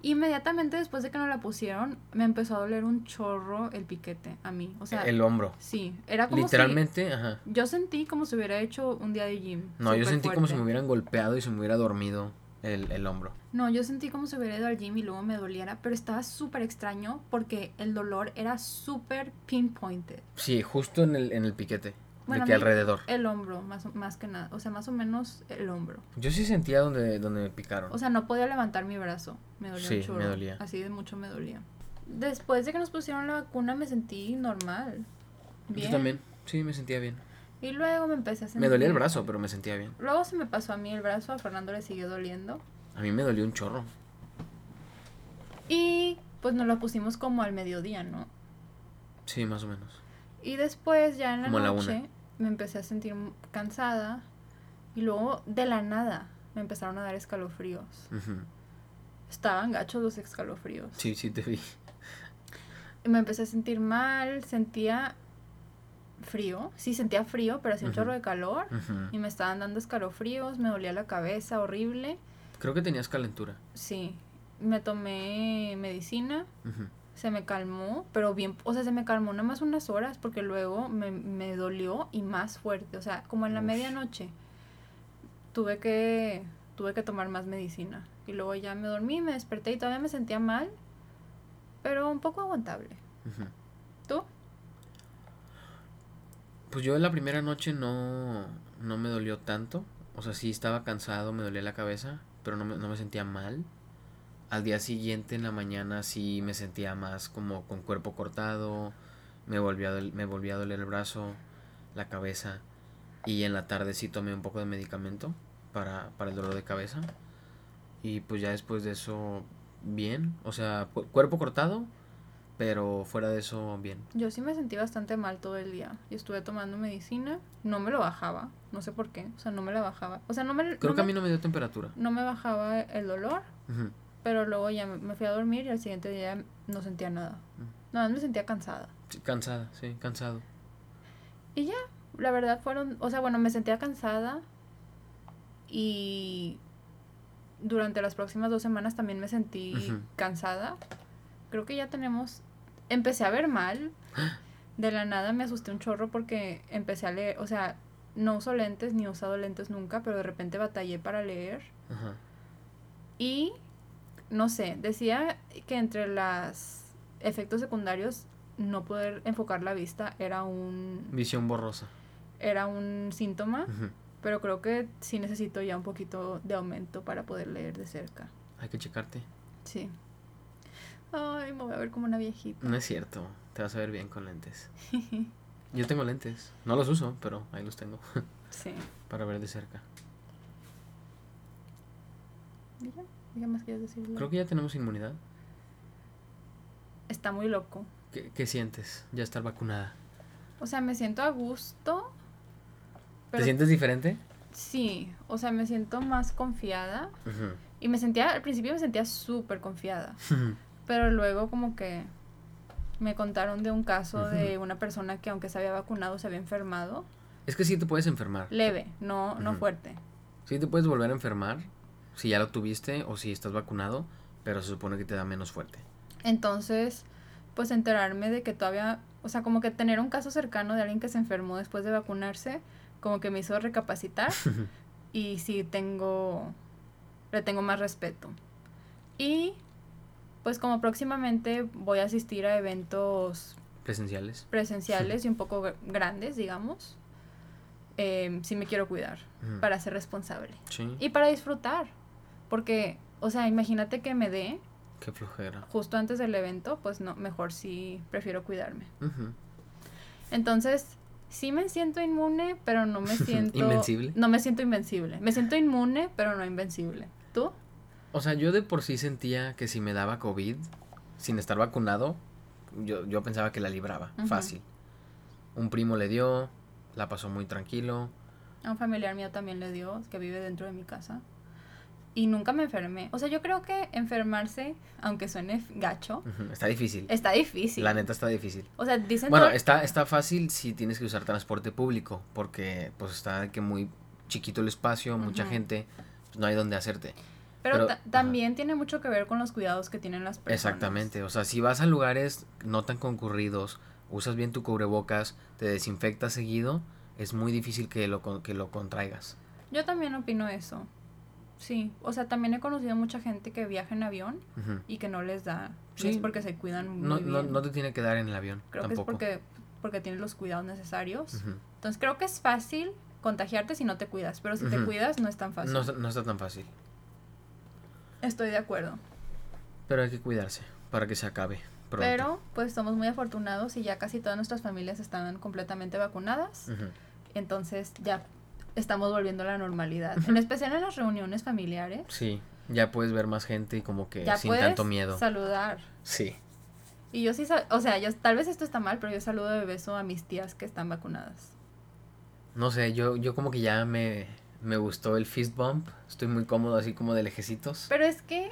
Speaker 1: Inmediatamente después de que nos la pusieron, me empezó a doler un chorro el piquete a mí. O sea,
Speaker 2: el hombro.
Speaker 1: Sí, era como
Speaker 2: Literalmente, si, ajá.
Speaker 1: Yo sentí como si hubiera hecho un día de gym.
Speaker 2: No, yo sentí fuerte. como si me hubieran golpeado y se me hubiera dormido el, el hombro.
Speaker 1: No, yo sentí como si hubiera ido al gym y luego me doliera, pero estaba súper extraño porque el dolor era súper pinpointed.
Speaker 2: Sí, justo en el, en el piquete.
Speaker 1: Bueno,
Speaker 2: de que alrededor.
Speaker 1: El hombro, más, más que nada. O sea, más o menos el hombro.
Speaker 2: Yo sí sentía donde, donde me picaron.
Speaker 1: O sea, no podía levantar mi brazo. Me dolía
Speaker 2: sí,
Speaker 1: un chorro.
Speaker 2: me dolía.
Speaker 1: Así de mucho me dolía. Después de que nos pusieron la vacuna me sentí normal.
Speaker 2: Bien. Yo también. Sí, me sentía bien.
Speaker 1: Y luego me empecé a sentir...
Speaker 2: Me dolía el brazo, pero me sentía bien.
Speaker 1: Luego se me pasó a mí el brazo, a Fernando le siguió doliendo.
Speaker 2: A mí me dolió un chorro.
Speaker 1: Y pues nos lo pusimos como al mediodía, ¿no?
Speaker 2: Sí, más o menos.
Speaker 1: Y después ya en la como noche la me empecé a sentir cansada y luego de la nada me empezaron a dar escalofríos. Uh -huh. Estaban gachos los escalofríos.
Speaker 2: Sí, sí, te vi.
Speaker 1: Y me empecé a sentir mal, sentía frío, sí sentía frío, pero hacía uh -huh. un chorro de calor uh -huh. y me estaban dando escalofríos, me dolía la cabeza horrible.
Speaker 2: Creo que tenías calentura.
Speaker 1: Sí, me tomé medicina, uh -huh. se me calmó, pero bien, o sea, se me calmó nada más unas horas porque luego me, me dolió y más fuerte, o sea, como en la Uf. medianoche tuve que, tuve que tomar más medicina y luego ya me dormí, me desperté y todavía me sentía mal, pero un poco aguantable. Uh -huh. ¿Tú?
Speaker 2: Pues yo en la primera noche no, no me dolió tanto. O sea, sí estaba cansado, me dolía la cabeza, pero no me, no me sentía mal. Al día siguiente, en la mañana, sí me sentía más como con cuerpo cortado. Me volvía a, doler, me volvía a doler el brazo, la cabeza. Y en la tarde sí tomé un poco de medicamento para, para el dolor de cabeza. Y pues ya después de eso, bien. O sea, cuerpo cortado, Pero fuera de eso, bien.
Speaker 1: Yo sí me sentí bastante mal todo el día. Yo estuve tomando medicina, no me lo bajaba, no sé por qué, o sea, no me la bajaba. O sea, no me... no
Speaker 2: Creo que a
Speaker 1: me-
Speaker 2: mí no me dio temperatura.
Speaker 1: no me bajaba el dolor,
Speaker 2: Ujú.
Speaker 1: pero luego ya me- me fui a dormir y al siguiente día no sentía nada. Nada más me sentía cansada.
Speaker 2: Sí, Cansada, sí, cansado.
Speaker 1: Y ya, la verdad fueron, o sea, bueno, me sentía cansada y durante las próximas dos semanas también me sentí
Speaker 2: Ujú.
Speaker 1: cansada. Creo que ya tenemos, empecé a ver mal. De la nada me asusté un chorro porque empecé a leer, o sea, no uso lentes ni he usado lentes nunca, pero de repente batallé para leer.
Speaker 2: Ajá.
Speaker 1: Y no sé, decía que entre los efectos secundarios no poder enfocar la vista era un
Speaker 2: Visión borrosa.
Speaker 1: era un síntoma,
Speaker 2: Ujú.
Speaker 1: pero creo que sí necesito ya un poquito de aumento para poder leer de cerca.
Speaker 2: Hay que checarte.
Speaker 1: Sí. Ay, me voy a ver como una viejita.
Speaker 2: No es cierto. Te vas a ver bien con lentes. Yo tengo lentes. No los uso, pero ahí los tengo.
Speaker 1: Sí.
Speaker 2: Para ver de cerca.
Speaker 1: ¿Y ya? ¿Qué más quieres decirle?
Speaker 2: Creo que ya tenemos inmunidad.
Speaker 1: Está muy loco.
Speaker 2: ¿Qué, qué sientes? Ya estar vacunada.
Speaker 1: O sea, me siento a gusto. Pero
Speaker 2: ¿Te sientes diferente?
Speaker 1: sí, o sea, me siento más confiada.
Speaker 2: Ujú.
Speaker 1: Y me sentía, al principio me sentía súper confiada. Pero luego como que me contaron de un caso de una persona que aunque se había vacunado se había enfermado.
Speaker 2: es que sí te puedes enfermar.
Speaker 1: Leve, no, no
Speaker 2: Ujú.
Speaker 1: fuerte.
Speaker 2: Sí te puedes volver a enfermar si ya lo tuviste o si estás vacunado, pero se supone que te da menos fuerte.
Speaker 1: Entonces, pues enterarme de que todavía, o sea, como que tener un caso cercano de alguien que se enfermó después de vacunarse, como que me hizo recapacitar y sí tengo, le tengo más respeto. Y pues como próximamente voy a asistir a eventos
Speaker 2: Presenciales.
Speaker 1: presenciales y un poco gr- grandes, digamos, eh, sí me quiero cuidar
Speaker 2: Ujú.
Speaker 1: para ser responsable
Speaker 2: Sí.
Speaker 1: y para disfrutar, porque, o sea, imagínate que me dé
Speaker 2: Qué flojera.
Speaker 1: justo antes del evento, pues no, mejor sí prefiero cuidarme.
Speaker 2: Ujú.
Speaker 1: Entonces, sí me siento inmune, pero no me siento
Speaker 2: ¿Invencible?
Speaker 1: No me siento invencible. Me siento inmune, pero no invencible. ¿Tú?
Speaker 2: O sea, yo de por sí sentía que si me daba COVID sin estar vacunado, yo, yo pensaba que la libraba.
Speaker 1: Ujú.
Speaker 2: Fácil. Un primo le dio, la pasó muy tranquilo.
Speaker 1: A un familiar mío también le dio, que vive dentro de mi casa. Y nunca me enfermé. O sea, yo creo que enfermarse, aunque suene f- gacho,
Speaker 2: Ujú. Está difícil.
Speaker 1: está difícil.
Speaker 2: La neta está difícil.
Speaker 1: O sea, dicen
Speaker 2: Bueno,
Speaker 1: todo-
Speaker 2: está, está fácil si tienes que usar transporte público, porque pues está de que muy chiquito el espacio, mucha
Speaker 1: Ujú.
Speaker 2: gente, pues, no hay donde hacerte.
Speaker 1: pero,
Speaker 2: pero-
Speaker 1: ta-
Speaker 2: ajá.
Speaker 1: también tiene mucho que ver con los cuidados que tienen las personas.
Speaker 2: Exactamente, o sea, si vas a lugares no tan concurridos, usas bien tu cubrebocas, te desinfectas seguido, es muy difícil que lo, con- que lo contraigas.
Speaker 1: Yo también opino eso. Sí, o sea, también he conocido mucha gente que viaja en avión
Speaker 2: Ujú.
Speaker 1: y que no les da. y
Speaker 2: Sí.
Speaker 1: Es porque se cuidan muy
Speaker 2: no,
Speaker 1: bien.
Speaker 2: no, no te tiene que dar en el avión
Speaker 1: creo
Speaker 2: tampoco.
Speaker 1: que es porque, porque tienes los cuidados necesarios.
Speaker 2: Ujú.
Speaker 1: Entonces creo que es fácil contagiarte si no te cuidas, pero si te
Speaker 2: Ujú.
Speaker 1: cuidas no es tan fácil.
Speaker 2: no, está- no está tan fácil,
Speaker 1: Estoy de acuerdo.
Speaker 2: pero hay que cuidarse para que se acabe pronto.
Speaker 1: Pero pues somos muy afortunados y ya casi todas nuestras familias están completamente vacunadas.
Speaker 2: Ujú.
Speaker 1: Entonces ya estamos volviendo a la normalidad. En especial en las reuniones familiares.
Speaker 2: Sí, ya puedes ver más gente y como que
Speaker 1: Ya
Speaker 2: sin
Speaker 1: puedes
Speaker 2: tanto miedo.
Speaker 1: saludar.
Speaker 2: Sí.
Speaker 1: Y yo sí, sa- o sea, yo, tal vez esto está mal, pero yo saludo de beso a mis tías que están vacunadas.
Speaker 2: No sé, yo, yo como que ya me, me gustó el fist bump. Estoy muy cómodo así como de lejecitos.
Speaker 1: Pero es que,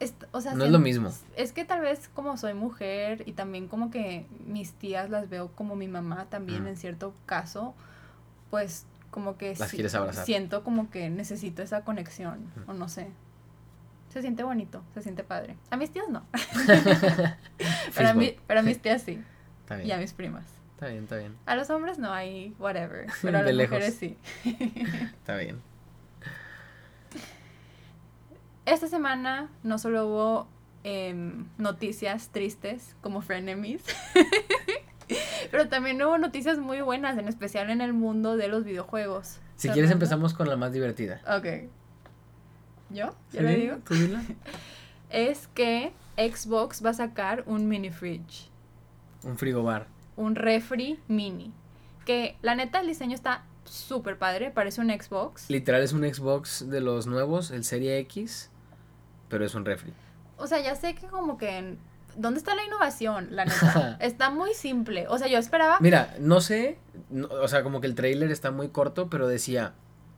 Speaker 1: es- o sea,
Speaker 2: No es
Speaker 1: sien-
Speaker 2: lo mismo.
Speaker 1: Es que tal vez como soy mujer y también como que mis tías las veo como mi mamá también
Speaker 2: Mm.
Speaker 1: en cierto caso, pues como que
Speaker 2: Las
Speaker 1: sí-
Speaker 2: quieres abrazar.
Speaker 1: siento como que necesito esa conexión o no sé. Se siente bonito, se siente padre. A mis tías no, pero a,
Speaker 2: Fist
Speaker 1: mi-
Speaker 2: bump.
Speaker 1: pero a mis tías sí
Speaker 2: Está
Speaker 1: y a
Speaker 2: bien,
Speaker 1: mis primas.
Speaker 2: está bien, está bien,
Speaker 1: A los hombres no hay whatever, pero a
Speaker 2: De
Speaker 1: las
Speaker 2: lejos.
Speaker 1: mujeres sí.
Speaker 2: está bien.
Speaker 1: Esta semana no solo hubo em, noticias tristes como Frenemies, pero también hubo noticias muy buenas, en especial en el mundo de los videojuegos.
Speaker 2: Si quieres
Speaker 1: Fernando.
Speaker 2: empezamos con la más divertida.
Speaker 1: Ok. ¿Yo? ¿Yo lo digo?
Speaker 2: ¿Tú dila?
Speaker 1: Es que Xbox va a sacar un mini fridge,
Speaker 2: Un frigobar.
Speaker 1: un refri mini, que la neta el diseño está súper padre, parece un Xbox.
Speaker 2: Literal es un Xbox de los nuevos, el Serie X, pero es un refri.
Speaker 1: O sea, ya sé que como que en- ¿dónde está la innovación? La neta. está muy simple. O sea, yo esperaba.
Speaker 2: Mira, no sé, no- o sea, como que el trailer está muy corto, pero decía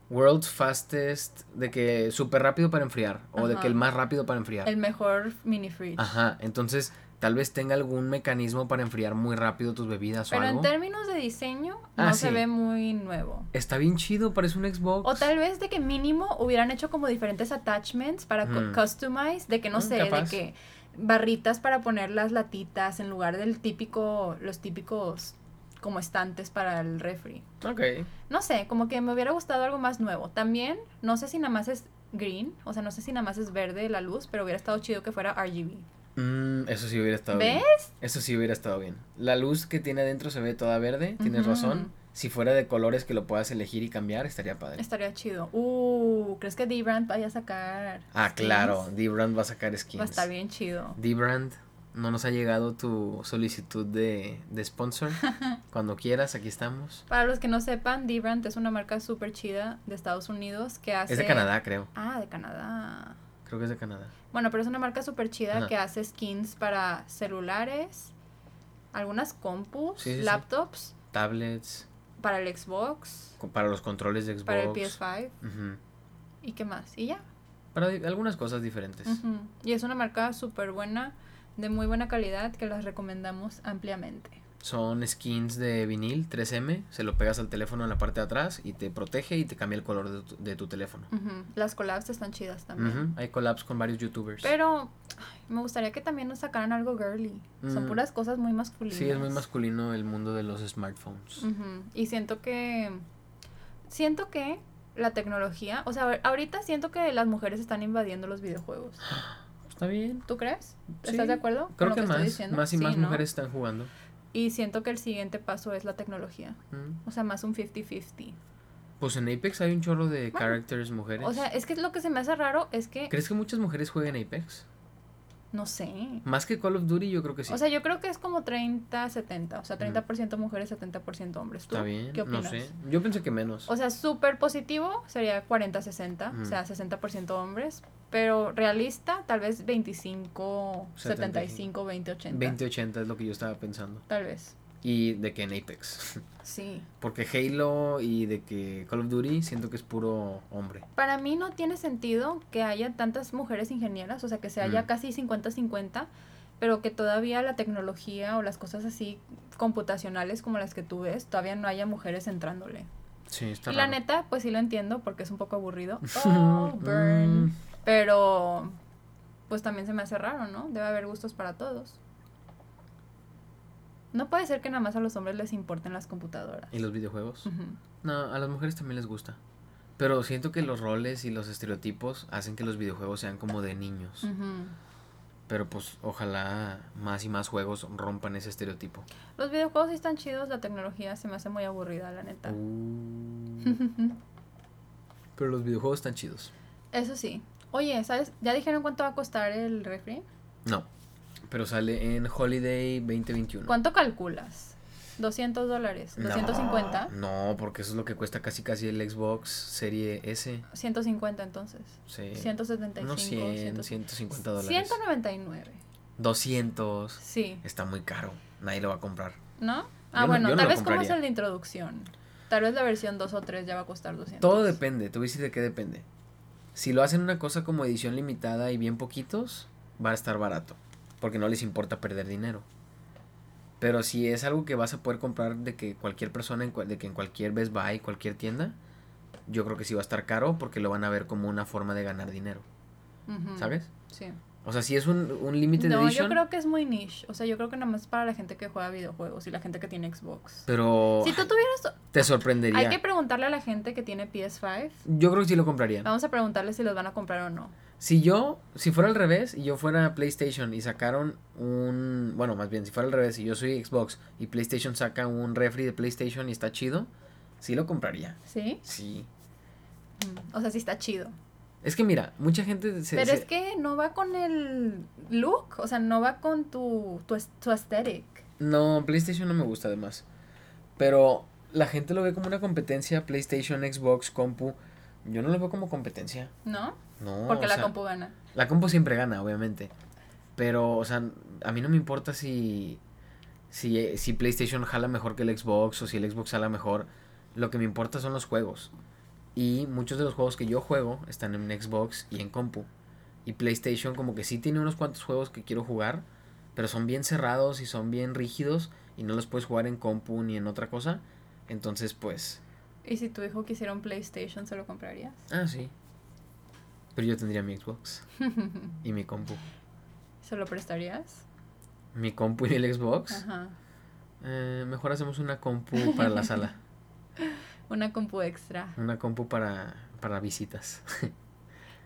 Speaker 2: World's Fastest, de que súper rápido para enfriar, o de
Speaker 1: Ajá.
Speaker 2: que el más rápido para enfriar.
Speaker 1: El mejor mini fridge.
Speaker 2: Ajá, entonces tal vez tenga algún mecanismo para enfriar muy rápido tus bebidas
Speaker 1: Pero
Speaker 2: o
Speaker 1: en
Speaker 2: algo.
Speaker 1: términos de diseño, no
Speaker 2: Ah,
Speaker 1: se
Speaker 2: sí.
Speaker 1: ve muy nuevo.
Speaker 2: Está bien chido, parece un Xbox.
Speaker 1: O tal vez de que mínimo hubieran hecho como diferentes attachments para cu-
Speaker 2: Mm.
Speaker 1: customize, de que no
Speaker 2: Mm,
Speaker 1: sé,
Speaker 2: capaz.
Speaker 1: de que barritas para poner las latitas en lugar del típico, los típicos como estantes para el refri.
Speaker 2: Ok.
Speaker 1: No sé, como que me hubiera gustado algo más nuevo. También, no sé si nada más es green, o sea, no sé si nada más es verde la luz, pero hubiera estado chido que fuera RGB.
Speaker 2: Mm, eso sí hubiera estado bien.
Speaker 1: ¿Ves?
Speaker 2: Eso sí hubiera estado bien. La luz que tiene adentro se ve toda verde, tienes
Speaker 1: Ujú.
Speaker 2: razón. Si fuera de colores que lo puedas elegir y cambiar, estaría padre.
Speaker 1: Estaría chido. Uh, ¿crees que D-Brand vaya a sacar?
Speaker 2: Ah,
Speaker 1: skins?
Speaker 2: claro, D-Brand va a sacar skins.
Speaker 1: Va a estar bien chido.
Speaker 2: D-Brand, no nos ha llegado tu solicitud de, de sponsor. Cuando quieras, aquí estamos.
Speaker 1: Para los que no sepan, D-Brand es una marca súper chida de Estados Unidos que hace...
Speaker 2: Es de Canadá, creo.
Speaker 1: Ah, de Canadá.
Speaker 2: Creo que es de Canadá.
Speaker 1: Bueno, pero es una marca súper chida
Speaker 2: Ajá.
Speaker 1: que hace skins para celulares, algunas compus,
Speaker 2: Sí, sí, sí.
Speaker 1: laptops,
Speaker 2: Tablets,
Speaker 1: para el Xbox,
Speaker 2: co- para los controles de Xbox.
Speaker 1: para el PS5
Speaker 2: Ujú.
Speaker 1: y qué más. Y ya.
Speaker 2: Para di- algunas cosas diferentes.
Speaker 1: Ujú. Y es una marca súper buena, de muy buena calidad, que las recomendamos ampliamente.
Speaker 2: Son skins de vinil 3M, se lo pegas al teléfono en la parte de atrás y te protege y te cambia el color de tu, de tu teléfono.
Speaker 1: Ujú. Las collabs están chidas también.
Speaker 2: Ujú, Hay collabs con varios youtubers.
Speaker 1: Pero ay, me gustaría que también nos sacaran algo girly. Son
Speaker 2: Mm.
Speaker 1: puras cosas muy masculinas.
Speaker 2: sí, es muy masculino el mundo de los smartphones.
Speaker 1: Ujú, Y siento que. Siento que la tecnología. O sea, ahor- ahorita siento que las mujeres están invadiendo los videojuegos.
Speaker 2: Está bien.
Speaker 1: ¿Tú crees?
Speaker 2: Sí,
Speaker 1: ¿Estás de acuerdo? con
Speaker 2: Creo
Speaker 1: lo
Speaker 2: que,
Speaker 1: estoy
Speaker 2: más,
Speaker 1: diciendo?
Speaker 2: más y
Speaker 1: Sí,
Speaker 2: más
Speaker 1: ¿no?
Speaker 2: mujeres están jugando.
Speaker 1: Y siento que el siguiente paso es la tecnología.
Speaker 2: Mm.
Speaker 1: O sea, más un 50-50.
Speaker 2: Pues en Apex hay un chorro de
Speaker 1: Bueno,
Speaker 2: characters mujeres.
Speaker 1: O sea, eh, es que lo que se me hace raro es que.
Speaker 2: ¿Crees que muchas mujeres jueguen Apex?
Speaker 1: No sé.
Speaker 2: Más que Call of Duty, yo creo que sí.
Speaker 1: O sea, yo creo que es como 30-70. O sea,
Speaker 2: Ujú.
Speaker 1: 30% mujeres, 70% hombres. ¿Tú
Speaker 2: Está bien,
Speaker 1: ¿Qué
Speaker 2: no
Speaker 1: opinas?
Speaker 2: sé. Yo pensé que menos.
Speaker 1: O sea, súper positivo sería 40-60, o
Speaker 2: Ujú.
Speaker 1: sea, 60% hombres, pero realista tal vez 25, 75,
Speaker 2: 75,
Speaker 1: 20, 80.
Speaker 2: 2080 es lo que yo estaba pensando.
Speaker 1: Tal vez,
Speaker 2: Y de que en Apex.
Speaker 1: sí.
Speaker 2: Porque Halo y de que Call of Duty siento que es puro hombre.
Speaker 1: Para mí no tiene sentido que haya tantas mujeres ingenieras, o sea, que se haya
Speaker 2: Mm.
Speaker 1: casi 50-50, pero que todavía la tecnología o las cosas así computacionales como las que tú ves, todavía no haya mujeres entrándole.
Speaker 2: Sí, está
Speaker 1: y la
Speaker 2: raro.
Speaker 1: neta, pues sí lo entiendo porque es un poco aburrido. Oh, burn.
Speaker 2: Mm,
Speaker 1: Pero pues también se me hace raro, ¿no? Debe haber gustos para todos. No puede ser que nada más a los hombres les importen las computadoras.
Speaker 2: ¿Y los videojuegos?
Speaker 1: Ujú.
Speaker 2: No, a las mujeres también les gusta. Pero siento que los roles y los estereotipos hacen que los videojuegos sean como de niños.
Speaker 1: Ujú.
Speaker 2: Pero pues ojalá más y más juegos rompan ese estereotipo.
Speaker 1: Los videojuegos sí están chidos, la tecnología se me hace muy aburrida, la neta.
Speaker 2: Uh, pero los videojuegos están chidos.
Speaker 1: Eso sí. Oye, ¿sabes? ¿Ya dijeron cuánto va a costar el refri?
Speaker 2: No. Pero sale en Holiday 2021.
Speaker 1: ¿Cuánto calculas? ¿200 dólares?
Speaker 2: No,
Speaker 1: ¿250?
Speaker 2: No, porque eso es lo que cuesta casi casi el Xbox Serie S.
Speaker 1: 150 entonces.
Speaker 2: Sí.
Speaker 1: 175.
Speaker 2: Eh, Unos 100,
Speaker 1: 100,
Speaker 2: 150 dólares.
Speaker 1: 199.
Speaker 2: 200.
Speaker 1: Sí.
Speaker 2: Está muy caro. Nadie lo va a comprar.
Speaker 1: ¿No?
Speaker 2: Yo
Speaker 1: Ah,
Speaker 2: no-
Speaker 1: bueno,
Speaker 2: yo no
Speaker 1: tal
Speaker 2: lo
Speaker 1: vez como es
Speaker 2: compraría.
Speaker 1: el de introducción. Tal vez la versión 2 o 3 ya va a costar 200.
Speaker 2: Todo depende. Te voy a decir de qué depende. Si lo hacen una cosa como edición limitada y bien poquitos, va a estar barato. Porque no les importa perder dinero. Pero si es algo que vas a poder comprar de que cualquier persona, en cual- de que en cualquier Best Buy, cualquier tienda, yo creo que sí va a estar caro porque lo van a ver como una forma de ganar dinero.
Speaker 1: Ujú,
Speaker 2: ¿Sabes?
Speaker 1: Sí.
Speaker 2: O sea, si es un, un limited
Speaker 1: Mm. No, yo
Speaker 2: edition.
Speaker 1: creo que es muy niche. O sea, yo creo que nada más es para la gente que juega videojuegos y la gente que tiene Xbox.
Speaker 2: Pero ah,
Speaker 1: Si tú tuvieras...
Speaker 2: te sorprendería.
Speaker 1: Hay que preguntarle a la gente que tiene PS5.
Speaker 2: Yo creo que sí lo compraría.
Speaker 1: Vamos a preguntarle si los van a comprar o no.
Speaker 2: Si yo, si fuera al revés y yo fuera PlayStation y sacaron un, bueno, más bien, si fuera al revés y yo soy Xbox y PlayStation saca un refri de PlayStation y está chido, sí lo compraría.
Speaker 1: ¿Sí?
Speaker 2: Sí.
Speaker 1: Mm, O sea, sí está chido.
Speaker 2: Es que mira, mucha gente se,
Speaker 1: Pero
Speaker 2: se-
Speaker 1: es que no va con el look. O sea, no va con tu, tu, es- tu aesthetic.
Speaker 2: no, PlayStation no me gusta además. Pero la gente lo ve como una competencia PlayStation, Xbox, compu. Yo no lo veo como competencia.
Speaker 1: ¿No?
Speaker 2: No.
Speaker 1: Porque
Speaker 2: o
Speaker 1: la
Speaker 2: sea,
Speaker 1: compu gana.
Speaker 2: La compu siempre gana, obviamente. Pero, o sea, a mí no me importa si, si, si PlayStation jala mejor que el Xbox o si el Xbox jala mejor. Lo que me importa son los juegos. Y muchos de los juegos que yo juego están en Xbox y en compu. Y PlayStation como que sí tiene unos cuantos juegos que quiero jugar, pero son bien cerrados y son bien rígidos y no los puedes jugar en compu ni en otra cosa. Entonces pues...
Speaker 1: ¿Y si tu hijo quisiera un PlayStation, se lo comprarías?
Speaker 2: Ah, sí. Pero yo tendría mi Xbox y mi compu.
Speaker 1: ¿Se lo prestarías?
Speaker 2: Mi compu y el Xbox.
Speaker 1: Ajá.
Speaker 2: Eh, mejor hacemos una compu para la sala.
Speaker 1: Una compu extra.
Speaker 2: Una compu para, para visitas.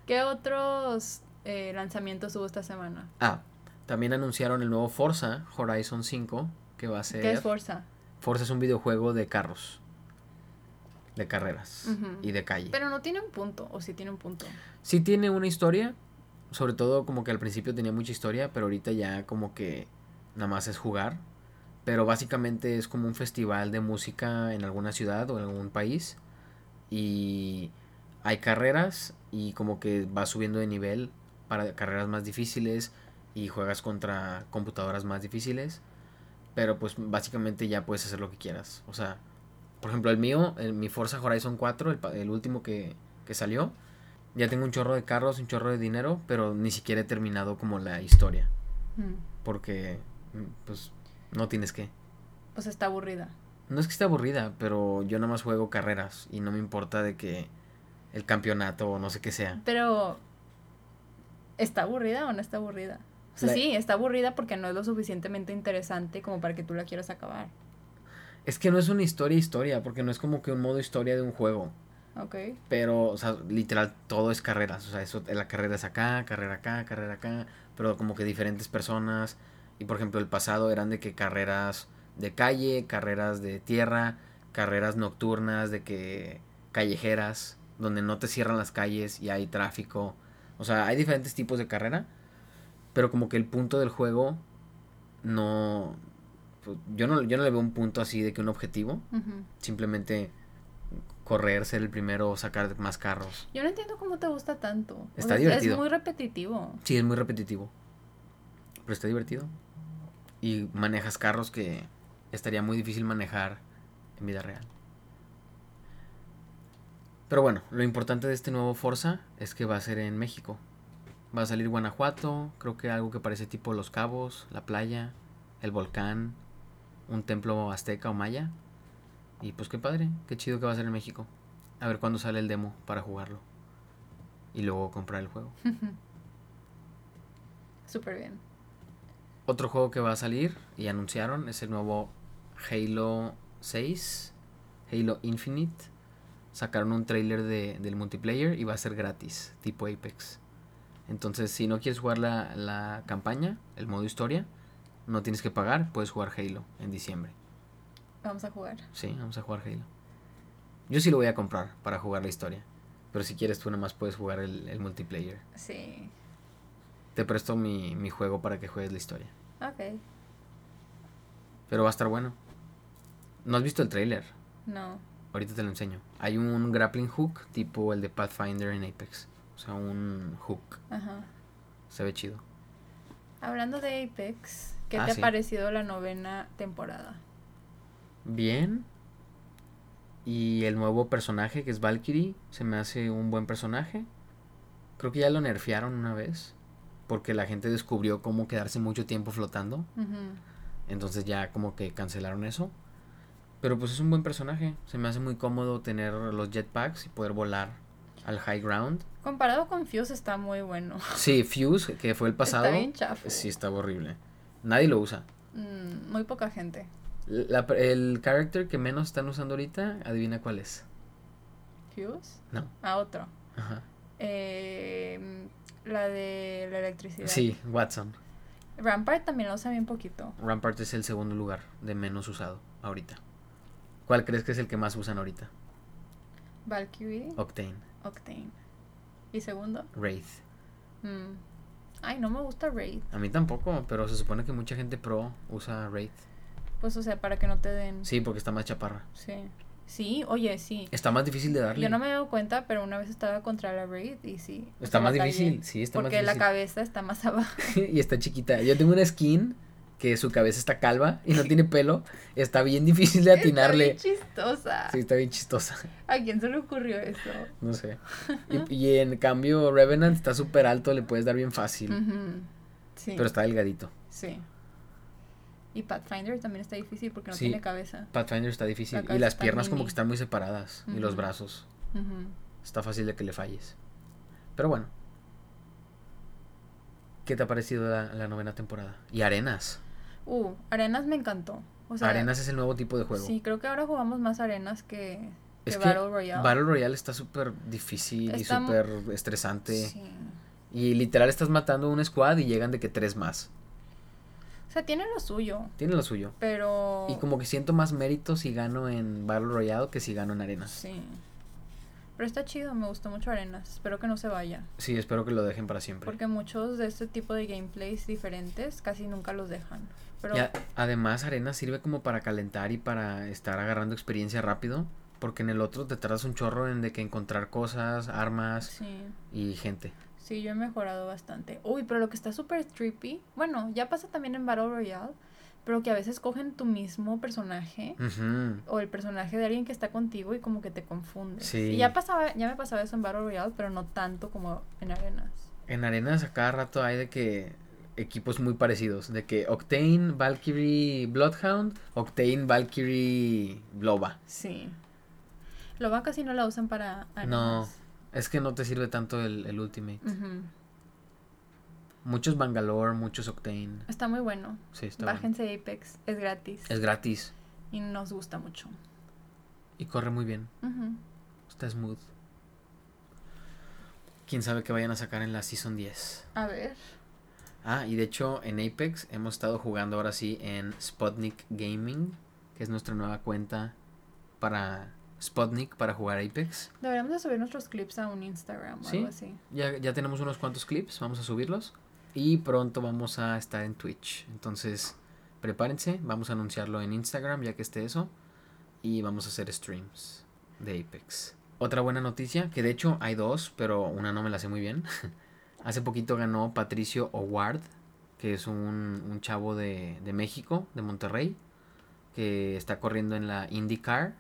Speaker 1: ¿Qué otros eh, lanzamientos hubo esta semana?
Speaker 2: Ah, también anunciaron el nuevo Forza Horizon 5, que va a ser...
Speaker 1: ¿Qué es Forza?
Speaker 2: Forza es un videojuego de carros, de carreras
Speaker 1: Ujú.
Speaker 2: y de calle.
Speaker 1: Pero no tiene un punto, o sí tiene un punto.
Speaker 2: Sí tiene una historia, sobre todo como que al principio tenía mucha historia, pero ahorita ya como que nada más es jugar. Pero básicamente es como un festival de música en alguna ciudad o en algún país. Y hay carreras y como que vas subiendo de nivel para carreras más difíciles y juegas contra computadoras más difíciles. Pero pues básicamente ya puedes hacer lo que quieras. O sea, por ejemplo el mío, el- mi Forza Horizon 4, el, pa- el último que, que salió, ya tengo un chorro de carros, un chorro de dinero, pero ni siquiera he terminado como la historia.
Speaker 1: Mm.
Speaker 2: Porque, mm, pues, no tienes que.
Speaker 1: Pues está aburrida.
Speaker 2: No es que esté aburrida, pero yo nada más juego carreras y no me importa de que el campeonato o no sé qué sea.
Speaker 1: Pero, ¿está aburrida o no está aburrida? O sea,
Speaker 2: La-
Speaker 1: sí, está aburrida porque no es lo suficientemente interesante como para que tú la quieras acabar.
Speaker 2: Es que no es una historia historia, porque no es como que un modo historia de un juego.
Speaker 1: ¿Ok?
Speaker 2: Pero, o sea, literal, todo es carreras. O sea, eso, la carrera es acá, carrera acá, carrera acá. Pero como que diferentes personas. Y por ejemplo, el pasado eran de que carreras de calle, carreras de tierra, carreras nocturnas, de que callejeras, donde no te cierran las calles y hay tráfico. O sea, hay diferentes tipos de carrera. Pero como que el punto del juego no... pues, Yo no, yo no le veo un punto así de que un objetivo
Speaker 1: Ujú.
Speaker 2: simplemente correr, ser el primero, sacar más carros.
Speaker 1: Yo no entiendo cómo te gusta tanto. O sea,
Speaker 2: Está
Speaker 1: es-
Speaker 2: divertido.
Speaker 1: Es muy repetitivo.
Speaker 2: Sí, es muy repetitivo, pero está divertido. Y manejas carros que estaría muy difícil manejar en vida real. Pero bueno, lo importante de este nuevo Forza es que va a ser en México. Va a salir Guanajuato, creo que algo que parece tipo Los Cabos, la playa, el volcán, un templo azteca o maya. Y pues qué padre, qué chido que va a ser en México. A ver cuándo sale el demo para jugarlo. Y luego comprar el juego.
Speaker 1: Súper bien.
Speaker 2: Otro juego que va a salir y anunciaron es el nuevo Halo 6, Halo Infinite. Sacaron un trailer de, del multiplayer y va a ser gratis, tipo Apex. Entonces, si no quieres jugar la, la campaña, el modo historia, no tienes que pagar, puedes jugar Halo en diciembre.
Speaker 1: Vamos a jugar.
Speaker 2: Sí, vamos a jugar Halo. Yo sí lo voy a comprar para jugar la historia. Pero si quieres, tú nada más puedes jugar el, el multiplayer.
Speaker 1: Sí.
Speaker 2: Te presto mi, mi juego para que juegues la historia.
Speaker 1: Ok.
Speaker 2: Pero va a estar bueno. ¿No has visto el trailer?
Speaker 1: No.
Speaker 2: Ahorita te lo enseño. Hay un grappling hook tipo el de Pathfinder en Apex. O sea, un hook.
Speaker 1: Ajá.
Speaker 2: Se ve chido.
Speaker 1: Hablando de Apex, ¿qué
Speaker 2: Ah,
Speaker 1: te ha
Speaker 2: sí.
Speaker 1: parecido la novena temporada?
Speaker 2: Bien. Y el nuevo personaje que es Valkyrie se me hace un buen personaje. Creo que ya lo nerfearon una vez. Porque la gente descubrió cómo quedarse mucho tiempo flotando.
Speaker 1: Ujú.
Speaker 2: Entonces ya como que cancelaron eso. Pero pues es un buen personaje. Se me hace muy cómodo tener los jetpacks y poder volar al high ground.
Speaker 1: Comparado con Fuse está muy bueno.
Speaker 2: Sí, Fuse, que fue el pasado.
Speaker 1: Está bien chafo.
Speaker 2: Sí, estaba horrible. Nadie lo usa.
Speaker 1: Mm, muy poca gente.
Speaker 2: La- el character que menos están usando ahorita, adivina cuál es.
Speaker 1: Fuse.
Speaker 2: No.
Speaker 1: A otro.
Speaker 2: Ajá.
Speaker 1: Eh, la de la electricidad.
Speaker 2: Sí, Watson.
Speaker 1: Rampart también la usa bien poquito.
Speaker 2: Rampart es el segundo lugar de menos usado ahorita. ¿Cuál crees que es el que más usan ahorita?
Speaker 1: Valkyrie,
Speaker 2: Octane,
Speaker 1: Octane. ¿Y segundo?
Speaker 2: Wraith.
Speaker 1: Mm. Ay, no me gusta Raid.
Speaker 2: A mí tampoco, pero se supone que mucha gente pro usa Wraith.
Speaker 1: Pues, o sea, para que no te den.
Speaker 2: Sí, porque está más chaparra.
Speaker 1: Sí. Sí, oye, sí.
Speaker 2: Está más difícil de darle.
Speaker 1: Yo no me he dado cuenta, pero una vez estaba contra la Braid y sí.
Speaker 2: Está más
Speaker 1: batallé,
Speaker 2: difícil, sí, está más
Speaker 1: Porque la
Speaker 2: difícil.
Speaker 1: cabeza está más abajo.
Speaker 2: y está chiquita. Yo tengo una skin que su cabeza está calva y no tiene pelo. Está bien difícil de atinarle.
Speaker 1: Está bien chistosa.
Speaker 2: Sí, está bien chistosa.
Speaker 1: ¿A quién se le ocurrió eso?
Speaker 2: No sé. Y, y en cambio, Revenant está súper alto, le puedes dar bien fácil.
Speaker 1: Ujú. Sí.
Speaker 2: Pero está delgadito.
Speaker 1: Sí. Y Pathfinder también está difícil porque no
Speaker 2: Sí.
Speaker 1: tiene cabeza.
Speaker 2: Pathfinder está
Speaker 1: La
Speaker 2: difícil. y
Speaker 1: cabeza
Speaker 2: las
Speaker 1: está
Speaker 2: piernas como
Speaker 1: mini.
Speaker 2: que están muy separadas. Y los
Speaker 1: Ujú.
Speaker 2: brazos.
Speaker 1: Ujú.
Speaker 2: Está fácil de que le falles. Pero bueno. ¿Qué te ha parecido la, la novena temporada? Y Arenas.
Speaker 1: Uh, Arenas me encantó. O sea,
Speaker 2: Arenas es el nuevo tipo de juego.
Speaker 1: Sí, creo que ahora jugamos más Arenas que,
Speaker 2: es
Speaker 1: que
Speaker 2: que
Speaker 1: Battle Royale.
Speaker 2: Battle Royale está súper difícil
Speaker 1: Está
Speaker 2: y
Speaker 1: mu-
Speaker 2: súper estresante.
Speaker 1: Sí.
Speaker 2: Y literal estás matando un squad y llegan de que tres más.
Speaker 1: O sea, tiene lo suyo,
Speaker 2: Tiene lo suyo.
Speaker 1: pero...
Speaker 2: Y como que siento más mérito si gano en Battle Royale que si gano en Arenas.
Speaker 1: Sí. Pero está chido, me gustó mucho Arenas. Espero que no se vaya.
Speaker 2: Sí, espero que lo dejen para siempre.
Speaker 1: Porque muchos de este tipo de gameplays diferentes casi nunca los dejan. Pero
Speaker 2: Y a- además Arenas sirve como para calentar y para estar agarrando experiencia rápido. Porque en el otro te tardas un chorro en de que encontrar cosas, armas
Speaker 1: sí,
Speaker 2: y gente.
Speaker 1: sí, yo he mejorado bastante. Uy, pero lo que está súper trippy, bueno, ya pasa también en Battle Royale, pero que a veces cogen tu mismo personaje
Speaker 2: Ujú.
Speaker 1: o el personaje de alguien que está contigo y como que te confundes.
Speaker 2: Sí.
Speaker 1: Y ya pasaba, ya me pasaba eso en Battle Royale, pero no tanto como en Arenas.
Speaker 2: En Arenas a cada rato hay de que equipos muy parecidos. De que Octane, Valkyrie, Bloodhound, Octane, Valkyrie, Loba.
Speaker 1: Sí. Loba casi no la usan para Arenas.
Speaker 2: No, es que no te sirve tanto el, el Ultimate.
Speaker 1: Ujú.
Speaker 2: Muchos Bangalore, muchos Octane.
Speaker 1: Está muy bueno.
Speaker 2: Sí, está bueno.
Speaker 1: Bájense Apex, es gratis
Speaker 2: Es gratis
Speaker 1: y nos gusta mucho.
Speaker 2: y corre muy bien.
Speaker 1: Ujú.
Speaker 2: Está smooth. Quién sabe qué vayan a sacar en la Season 10.
Speaker 1: A ver.
Speaker 2: Ah, y de hecho en Apex hemos estado jugando ahora sí en Spotnik Gaming, que es nuestra nueva cuenta para Spotnik para jugar Apex.
Speaker 1: Deberíamos de subir nuestros clips a un Instagram o
Speaker 2: Sí.
Speaker 1: algo así.
Speaker 2: Ya, ya tenemos unos cuantos clips, vamos a subirlos. Y pronto vamos a estar en Twitch. Entonces, prepárense, vamos a anunciarlo en Instagram ya que esté eso. Y vamos a hacer streams de Apex. Otra buena noticia, que de hecho hay dos, pero una no me la sé muy bien. Hace poquito ganó Patricio Howard, que es un, un chavo de, de México, de Monterrey, que está corriendo en la IndyCar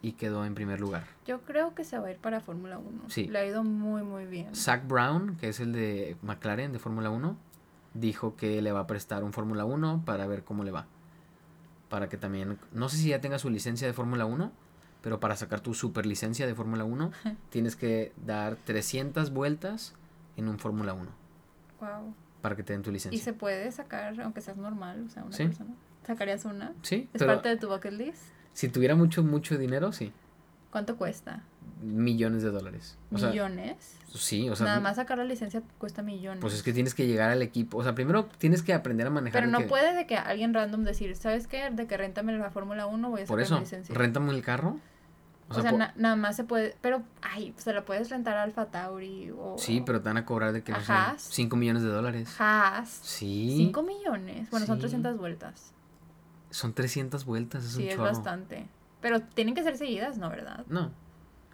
Speaker 2: y quedó en primer lugar.
Speaker 1: Yo creo que se va a ir para Fórmula 1.
Speaker 2: Sí.
Speaker 1: Le ha ido muy, muy bien.
Speaker 2: Zach Brown, que es el de McLaren de Fórmula 1, dijo que le va a prestar un Fórmula 1 para ver cómo le va. Para que también, no sé si ya tenga su licencia de Fórmula 1, pero para sacar tu super licencia de Fórmula 1 tienes que dar 300 vueltas en un Fórmula 1
Speaker 1: Wow.
Speaker 2: para que te den tu
Speaker 1: Y
Speaker 2: licencia.
Speaker 1: se puede sacar, aunque seas normal, o sea, una
Speaker 2: Sí.
Speaker 1: persona. ¿Sacarías una?
Speaker 2: Sí,
Speaker 1: ¿Es
Speaker 2: pero
Speaker 1: parte de tu bucket list?
Speaker 2: si tuviera mucho, mucho dinero, sí.
Speaker 1: ¿Cuánto cuesta?
Speaker 2: Millones de dólares. O sea,
Speaker 1: ¿Millones?
Speaker 2: sí, o sea,
Speaker 1: Nada más sacar la licencia cuesta millones.
Speaker 2: pues es que tienes que llegar al equipo. O sea, primero tienes que aprender a manejar.
Speaker 1: Pero
Speaker 2: el
Speaker 1: no
Speaker 2: que-
Speaker 1: puede de que alguien random decir, ¿sabes qué? De que réntame la Fórmula 1 voy a sacar
Speaker 2: Por eso,
Speaker 1: mi licencia.
Speaker 2: rentame el carro.
Speaker 1: O sea,
Speaker 2: po-
Speaker 1: na- nada más se puede, pero, ay, se la puedes rentar a Alfa Tauri o...
Speaker 2: Sí, pero te van a cobrar de que no sé,
Speaker 1: Ajá.
Speaker 2: 5 millones de dólares.
Speaker 1: Haas.
Speaker 2: Sí.
Speaker 1: 5 millones. Bueno, son
Speaker 2: Sí.
Speaker 1: 300 vueltas.
Speaker 2: Son 300 vueltas, es
Speaker 1: sí,
Speaker 2: un
Speaker 1: es
Speaker 2: chorro.
Speaker 1: bastante. Pero tienen que ser seguidas, ¿no, verdad?
Speaker 2: No,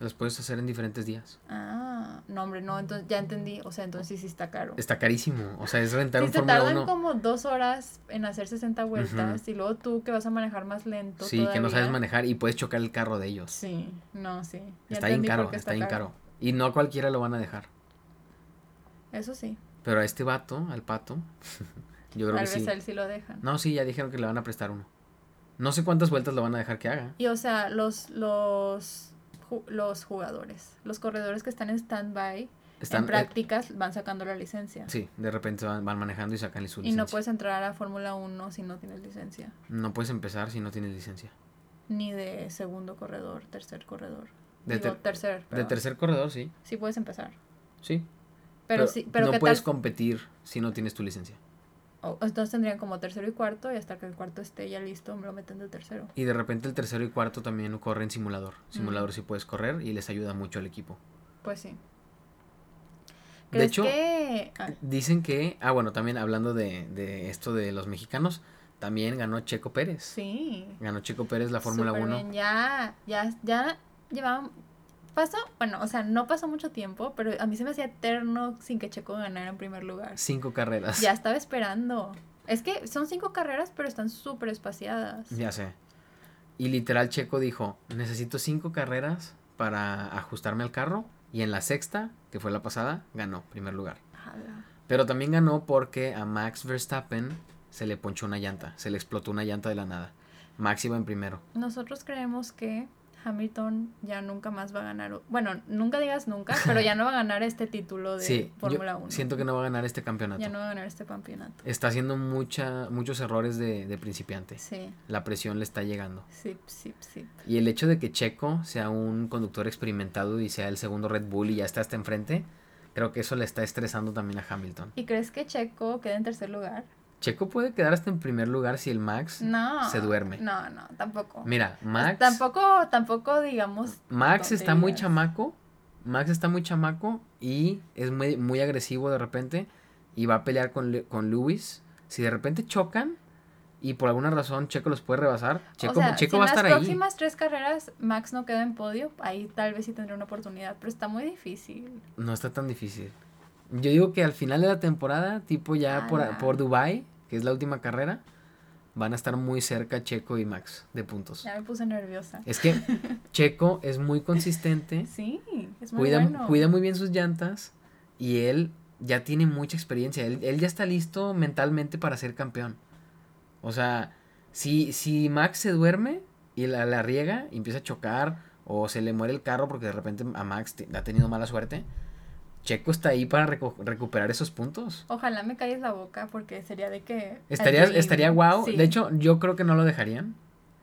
Speaker 2: las puedes hacer en diferentes días.
Speaker 1: Ah, no, hombre, no, entonces ya entendí. O sea, entonces sí, sí está caro.
Speaker 2: Está carísimo, o sea, es rentar
Speaker 1: Si
Speaker 2: un
Speaker 1: se
Speaker 2: Fórmula
Speaker 1: tardan
Speaker 2: 1.
Speaker 1: como dos horas en hacer 60 vueltas y luego tú que vas a manejar más lento.
Speaker 2: Sí, que no sabes
Speaker 1: todavía.
Speaker 2: manejar y puedes chocar el carro de ellos.
Speaker 1: Sí, no, sí. Ya
Speaker 2: está bien
Speaker 1: entendí por
Speaker 2: caro,
Speaker 1: qué
Speaker 2: está, bien caro. Y no a cualquiera lo van a dejar.
Speaker 1: Eso sí.
Speaker 2: Pero a este vato, al pato, yo creo
Speaker 1: Tal
Speaker 2: que
Speaker 1: vez
Speaker 2: sí.
Speaker 1: a él sí lo dejan.
Speaker 2: No, sí, ya dijeron que le van a prestar uno. No sé cuántas vueltas lo van a dejar que haga.
Speaker 1: Y o sea, los, los, ju- los jugadores, los corredores que están en stand-by,
Speaker 2: Están,
Speaker 1: en
Speaker 2: eh,
Speaker 1: prácticas, van sacando la licencia.
Speaker 2: sí, de repente van, van manejando y sacan su
Speaker 1: Y
Speaker 2: licencia.
Speaker 1: no puedes entrar a Fórmula 1 si no tienes licencia.
Speaker 2: no puedes empezar si no tienes licencia.
Speaker 1: Ni de segundo corredor, tercer corredor.
Speaker 2: De
Speaker 1: Digo,
Speaker 2: ter-
Speaker 1: tercer.
Speaker 2: De
Speaker 1: perdón.
Speaker 2: tercer corredor, sí.
Speaker 1: Sí puedes empezar.
Speaker 2: Sí.
Speaker 1: Pero, sí, pero
Speaker 2: no
Speaker 1: ¿qué
Speaker 2: puedes
Speaker 1: tal?
Speaker 2: competir si no tienes tu licencia.
Speaker 1: Oh, entonces tendrían como tercero y cuarto y hasta que el cuarto esté ya listo me lo meten de tercero.
Speaker 2: Y de repente el tercero y cuarto también corren simulador. Simulador
Speaker 1: Ujú.
Speaker 2: sí puedes correr y les ayuda mucho al equipo.
Speaker 1: Pues sí.
Speaker 2: De
Speaker 1: ¿Crees
Speaker 2: hecho,
Speaker 1: que... ah,
Speaker 2: dicen que, ah bueno, también hablando de, de esto de los mexicanos, También ganó Checo Pérez.
Speaker 1: Sí.
Speaker 2: Ganó Checo Pérez la Fórmula
Speaker 1: Súper
Speaker 2: 1.
Speaker 1: bien, Ya, ya, ya llevaban. Pasó, bueno, o sea, no pasó mucho tiempo, pero a mí se me hacía eterno sin que Checo ganara en primer lugar.
Speaker 2: Cinco carreras.
Speaker 1: Ya estaba esperando. Es que son cinco carreras, pero están súper espaciadas.
Speaker 2: Ya sé. Y literal Checo dijo, necesito cinco carreras para ajustarme al carro. Y en la sexta, que fue la pasada, ganó primer lugar.
Speaker 1: Ala.
Speaker 2: Pero también ganó porque a Max Verstappen se le ponchó una llanta, se le explotó una llanta de la nada. Max iba en primero.
Speaker 1: Nosotros creemos que Hamilton ya nunca más va a ganar. o- Bueno, nunca digas nunca, pero ya no va a ganar este título de
Speaker 2: sí, yo
Speaker 1: Fórmula 1.
Speaker 2: siento que no va a ganar este campeonato.
Speaker 1: Ya no va a ganar este campeonato.
Speaker 2: Está haciendo mucha, muchos errores de, de principiante.
Speaker 1: Sí,
Speaker 2: La presión le está llegando.
Speaker 1: sí, sí, sí.
Speaker 2: Y el hecho de que Checo sea un conductor experimentado y sea el segundo Red Bull y ya está hasta enfrente, creo que eso le está estresando también a Hamilton.
Speaker 1: ¿Y crees que Checo queda en tercer lugar?
Speaker 2: Checo puede quedar hasta en primer lugar si el Max...
Speaker 1: No.
Speaker 2: Se duerme.
Speaker 1: No, no, tampoco. Pues,
Speaker 2: Mira, Max...
Speaker 1: Tampoco, tampoco digamos.
Speaker 2: Max está muy
Speaker 1: tonterías.
Speaker 2: chamaco. Max está muy chamaco y es muy, muy agresivo de repente y va a pelear con, Le- con Lewis. Si de repente chocan y por alguna razón Checo los puede rebasar, Checo,
Speaker 1: o sea,
Speaker 2: Checo
Speaker 1: si en
Speaker 2: va a
Speaker 1: las
Speaker 2: estar ahí.
Speaker 1: próximas tres carreras Max no queda en podio, ahí tal vez sí tendrá una oportunidad, pero está muy difícil.
Speaker 2: No está tan difícil. Yo digo que al final de la temporada, tipo ya por,
Speaker 1: Ah.
Speaker 2: por Dubai, que es la última carrera, van a estar muy cerca Checo y Max de puntos.
Speaker 1: Ya me puse nerviosa.
Speaker 2: Es que Checo es muy consistente.
Speaker 1: Sí, es muy
Speaker 2: cuida,
Speaker 1: bueno.
Speaker 2: cuida muy bien sus llantas y él ya tiene mucha experiencia. Él, él ya está listo mentalmente para ser campeón. O sea, si, si Max se duerme y la, la riega y empieza a chocar o se le muere el carro porque de repente a Max te- ha tenido mala suerte, Checo está ahí para reco- recuperar esos puntos.
Speaker 1: Ojalá me calles la boca porque sería de que...
Speaker 2: Estaría,
Speaker 1: al fin,
Speaker 2: estaría guau.
Speaker 1: sí,
Speaker 2: De hecho, yo creo que no lo dejarían.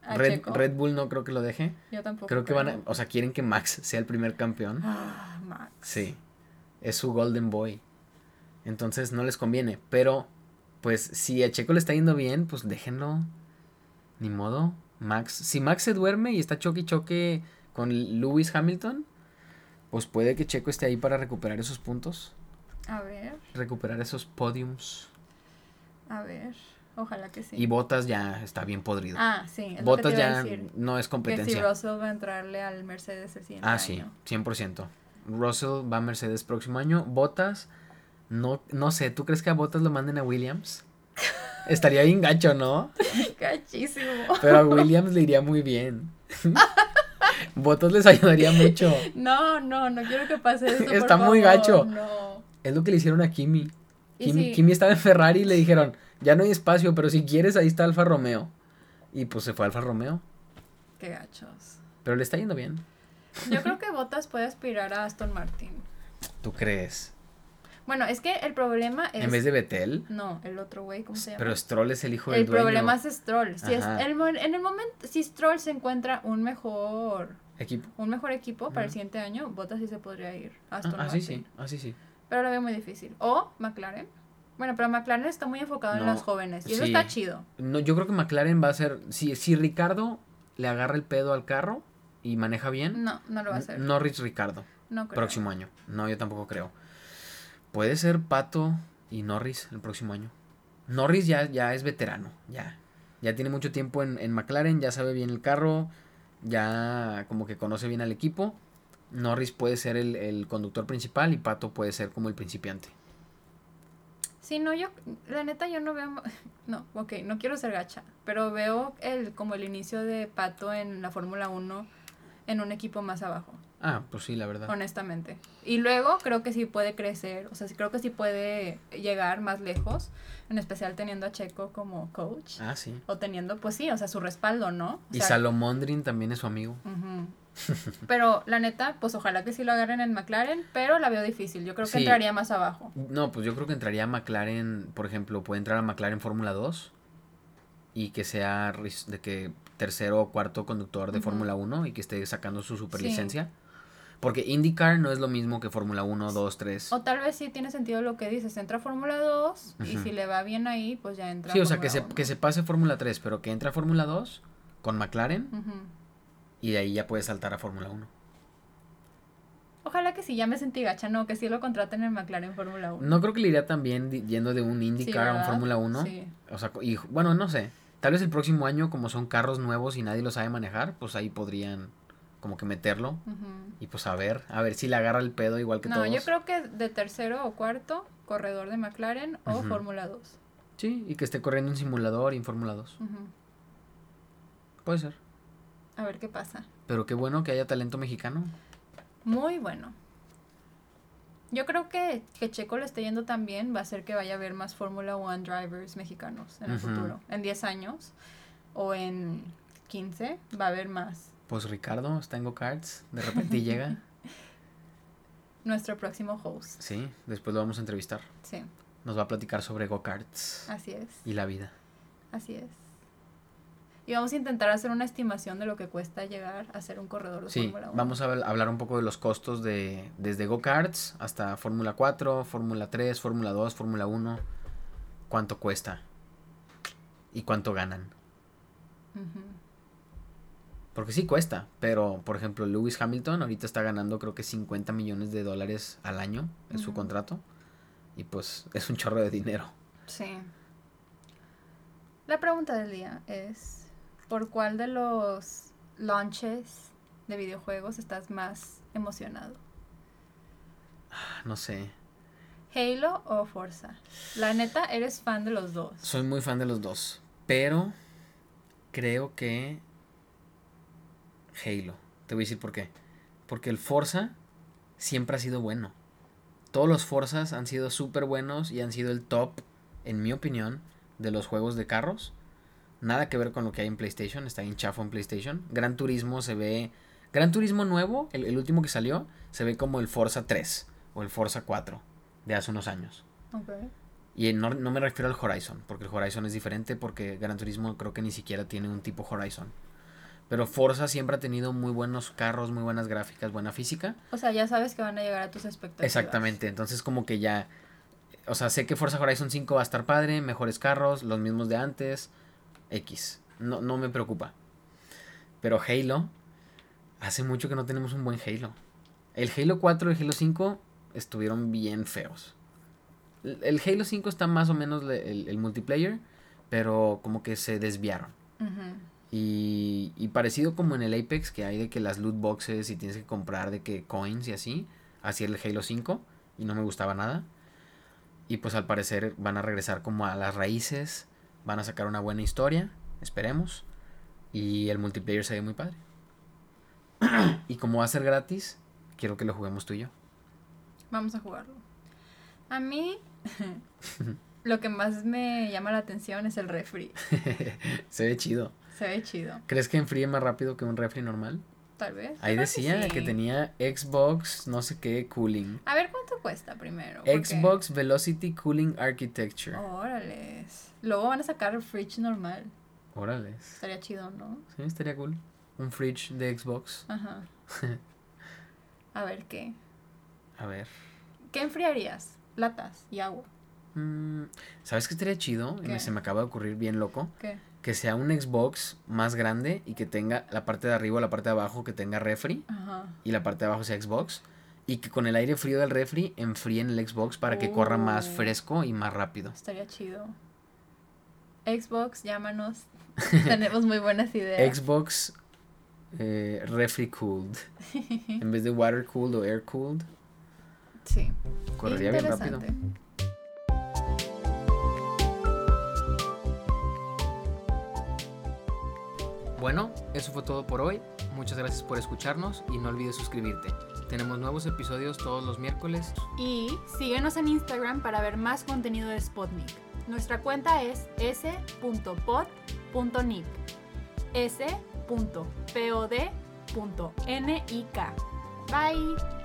Speaker 1: a
Speaker 2: Red,
Speaker 1: Checo.
Speaker 2: Red Bull no creo que lo deje.
Speaker 1: Yo tampoco.
Speaker 2: Creo que van a, o sea, quieren que Max sea el primer campeón.
Speaker 1: Ah, Max.
Speaker 2: Sí. Es su Golden Boy. Entonces no les conviene. Pero, pues, si a Checo le está yendo bien, pues déjenlo. Ni modo. Max. Si Max se duerme y está choque y choque con Lewis Hamilton, pues puede que Checo esté ahí para recuperar esos puntos.
Speaker 1: A ver,
Speaker 2: Recuperar esos podiums.
Speaker 1: a ver. Ojalá que sí.
Speaker 2: Y Botas ya está bien podrido.
Speaker 1: ah, sí. Es lo
Speaker 2: Botas
Speaker 1: que te iba a
Speaker 2: ya
Speaker 1: decir.
Speaker 2: no es
Speaker 1: Que si
Speaker 2: competencia.
Speaker 1: Russell va a entrarle al Mercedes el siguiente
Speaker 2: Ah,
Speaker 1: año.
Speaker 2: sí, 100%. Russell va a Mercedes próximo año. Botas, no, no sé, ¿tú crees que a Botas lo manden a Williams? Estaría bien gacho, ¿no?
Speaker 1: Cachísimo.
Speaker 2: Pero a Williams le iría muy bien. Botas les ayudaría mucho.
Speaker 1: No, no, no quiero que pase eso. por
Speaker 2: Está muy
Speaker 1: favor,
Speaker 2: gacho.
Speaker 1: No.
Speaker 2: Es lo que le hicieron a Kimi.
Speaker 1: Y
Speaker 2: Kimi,
Speaker 1: sí,
Speaker 2: Kimi estaba en Ferrari y le dijeron, ya no hay espacio, pero si quieres ahí está Alfa Romeo. Y pues se fue a Alfa Romeo.
Speaker 1: Qué gachos.
Speaker 2: Pero le está yendo bien.
Speaker 1: Yo creo que Bottas puede aspirar a Aston Martin.
Speaker 2: ¿Tú crees?
Speaker 1: Bueno, es que el problema es.
Speaker 2: En vez de Betel.
Speaker 1: No, el otro güey, ¿cómo se llama?
Speaker 2: Pero Stroll es el hijo del
Speaker 1: el
Speaker 2: dueño.
Speaker 1: problema es Stroll. Si es
Speaker 2: Ajá.
Speaker 1: el mo- en el momento, si Stroll se encuentra un mejor
Speaker 2: Equipo.
Speaker 1: un mejor equipo para el
Speaker 2: Ujú.
Speaker 1: siguiente año, Bottas sí se podría ir a Aston
Speaker 2: Ah, ah,
Speaker 1: Martin.
Speaker 2: sí, sí, ah, sí, sí.
Speaker 1: Pero lo veo muy difícil. O McLaren. Bueno, pero McLaren está muy enfocado en
Speaker 2: No,
Speaker 1: los jóvenes. Y eso
Speaker 2: sí.
Speaker 1: está chido.
Speaker 2: No, yo creo que McLaren va a ser. Si, si Ricardo le agarra el pedo al carro y maneja bien,
Speaker 1: No, no lo va a hacer. No,
Speaker 2: Norris Ricardo,
Speaker 1: creo.
Speaker 2: Mm, próximo año. No, yo tampoco creo. Puede ser Pato y Norris el próximo año. Norris ya, ya es veterano, ya. Ya tiene mucho tiempo en, en McLaren, ya sabe bien el carro, ya como que conoce bien al equipo. Norris puede ser el, el conductor principal y Pato puede ser como el principiante.
Speaker 1: Sí, no, yo, la neta, yo no veo, no, ok, no quiero ser gacha, pero veo el, como el inicio de Pato en la Fórmula 1 en un equipo más abajo,
Speaker 2: Ah, pues sí, la verdad.
Speaker 1: honestamente. Y luego creo que sí puede crecer, o sea, sí creo que sí puede llegar más lejos, en especial teniendo a Checo como coach,
Speaker 2: Ah, sí.
Speaker 1: o teniendo, pues sí, o sea, su respaldo, ¿no? O
Speaker 2: Y
Speaker 1: sea,
Speaker 2: Salomondrin también es su amigo.
Speaker 1: ujú. Pero la neta, pues ojalá que sí lo agarren en McLaren, pero la veo difícil, yo creo que
Speaker 2: Sí.
Speaker 1: entraría más abajo.
Speaker 2: No, pues yo creo que entraría a McLaren, por ejemplo, puede entrar a McLaren Fórmula 2 y que sea ris- de que tercero o cuarto conductor de
Speaker 1: Ujú.
Speaker 2: Fórmula 1 y que esté sacando su superlicencia.
Speaker 1: Sí.
Speaker 2: Porque IndyCar no es lo mismo que Fórmula 1, 2, 3.
Speaker 1: O tal vez sí tiene sentido lo que dices, entra a Fórmula 2 y
Speaker 2: Ujú.
Speaker 1: si le va bien ahí, pues ya entra.
Speaker 2: Sí,
Speaker 1: a
Speaker 2: o sea, que se,
Speaker 1: Fórmula
Speaker 2: que se pase Fórmula 3, pero que entra a Fórmula 2 con McLaren
Speaker 1: 1. Ujú.
Speaker 2: y de ahí ya puede saltar a Fórmula 1.
Speaker 1: Ojalá que sí, ya me sentí gacha, no, que sí lo contraten en McLaren Fórmula 1.
Speaker 2: No creo que le iría tan bien di- yendo de un IndyCar a un Fórmula 1.
Speaker 1: Sí.
Speaker 2: O sea, co- y, bueno, no sé. Tal vez el próximo año, como son carros nuevos y nadie los sabe manejar, pues ahí podrían como que meterlo.
Speaker 1: Ujú.
Speaker 2: Y pues a ver, a ver si le agarra el pedo igual que
Speaker 1: No,
Speaker 2: todos.
Speaker 1: yo creo que de tercero o cuarto, corredor de McLaren o
Speaker 2: Ujú.
Speaker 1: Fórmula 2.
Speaker 2: Sí, y que esté corriendo en simulador y en Fórmula 2.
Speaker 1: Ujú.
Speaker 2: Puede ser.
Speaker 1: A ver qué pasa.
Speaker 2: Pero qué bueno que haya talento mexicano.
Speaker 1: Muy bueno. Yo creo que que Checo le esté yendo tan bien va a hacer que vaya a haber más Fórmula One drivers mexicanos en el
Speaker 2: Ujú.
Speaker 1: futuro. En 10 años o en 15 va a haber más.
Speaker 2: Pues Ricardo está en Go-Karts, de repente llega.
Speaker 1: Nuestro próximo host.
Speaker 2: Sí, después lo vamos a entrevistar.
Speaker 1: Sí,
Speaker 2: Nos va a platicar sobre Go-Karts
Speaker 1: así es.
Speaker 2: y la vida.
Speaker 1: Así es. Y vamos a intentar hacer una estimación de lo que cuesta llegar a ser un corredor de
Speaker 2: Sí,
Speaker 1: Fórmula 1.
Speaker 2: vamos a habl- hablar un poco de los costos de desde go-karts hasta Fórmula 4, Fórmula 3, Fórmula 2, Fórmula 1. ¿Cuánto cuesta? ¿Y cuánto ganan? Porque sí cuesta, pero por ejemplo, Lewis Hamilton ahorita está ganando creo que 50 millones de dólares al año en su
Speaker 1: Ujú.
Speaker 2: contrato. Y pues es un chorro de dinero.
Speaker 1: Sí. La pregunta del día es, ¿por cuál de los launches de videojuegos estás más emocionado?
Speaker 2: No sé.
Speaker 1: ¿Halo o Forza? La neta, eres fan de los dos.
Speaker 2: Soy muy fan de los dos, pero creo que Halo. Te voy a decir por qué. Porque el Forza siempre ha sido bueno. Todos los Forzas han sido súper buenos y han sido el top, en mi opinión, de los juegos de carros. Nada que ver con lo que hay en PlayStation, está bien chafo en PlayStation. Gran Turismo se ve... Gran Turismo nuevo, el, el último que salió, se ve como el Forza 3 o el Forza 4 de hace unos años.
Speaker 1: Ok.
Speaker 2: Y no, no me refiero al Horizon, porque el Horizon es diferente, porque Gran Turismo creo que ni siquiera tiene un tipo Horizon. Pero Forza siempre ha tenido muy buenos carros, muy buenas gráficas, buena física.
Speaker 1: O sea, ya sabes que van a llegar a tus expectativas.
Speaker 2: Exactamente, entonces como que ya... O sea, sé que Forza Horizon 5 va a estar padre, mejores carros, los mismos de antes, X. No, no me preocupa. Pero Halo, hace mucho que no tenemos un buen Halo. El Halo 4 y el Halo 5 estuvieron bien feos. El- El Halo 5 está más o menos le- el, el multiplayer, pero como que se desviaron.
Speaker 1: Ujú.
Speaker 2: Y, y parecido como en el Apex, que hay de que las loot boxes y tienes que comprar de que coins y así, así era el Halo 5 y no me gustaba nada. Y pues al parecer van a regresar como a las raíces, van a sacar una buena historia, esperemos. Y el multiplayer se ve muy padre. y como va a ser gratis, quiero que lo juguemos tú y yo.
Speaker 1: Vamos a jugarlo. A mí, lo que más me llama la atención es el refri.
Speaker 2: se ve chido.
Speaker 1: Se ve chido,
Speaker 2: ¿Crees que enfríe más rápido que un refri normal?
Speaker 1: tal vez. Yo creo
Speaker 2: Ahí
Speaker 1: que
Speaker 2: decía que,
Speaker 1: sí.
Speaker 2: tenía Xbox, no sé qué, cooling.
Speaker 1: A ver cuánto cuesta primero. porque-
Speaker 2: Xbox Velocity Cooling Architecture.
Speaker 1: Oh. Órale. Luego van a sacar el fridge normal.
Speaker 2: Órale.
Speaker 1: Estaría chido, ¿no?
Speaker 2: Sí, estaría cool. Un fridge de Xbox.
Speaker 1: Ajá. A ver qué.
Speaker 2: A ver.
Speaker 1: ¿Qué enfriarías? Latas y agua.
Speaker 2: Mm, ¿Sabes qué estaría chido? Y me-
Speaker 1: ¿Qué?
Speaker 2: se me acaba de ocurrir bien loco.
Speaker 1: ¿Qué?
Speaker 2: Que sea un Xbox más grande y que tenga la parte de arriba o la parte de abajo que tenga refri
Speaker 1: Ajá.
Speaker 2: y la parte de abajo sea Xbox. Y que con el aire frío del refri enfríen el Xbox para que corra más
Speaker 1: Oh.
Speaker 2: fresco y más rápido.
Speaker 1: Estaría chido. Xbox, llámanos. Tenemos muy buenas ideas.
Speaker 2: Xbox eh, refri cooled. en vez de water cooled o air cooled,
Speaker 1: sí.
Speaker 2: correría bien rápido.
Speaker 1: Interesante.
Speaker 2: Bueno, eso fue todo por hoy. Muchas gracias por escucharnos y no olvides suscribirte. Tenemos nuevos episodios todos los miércoles.
Speaker 1: Y síguenos en Instagram para ver más contenido de Spotnik. Nuestra cuenta es s.pod.nick. s.pod.nik. Bye.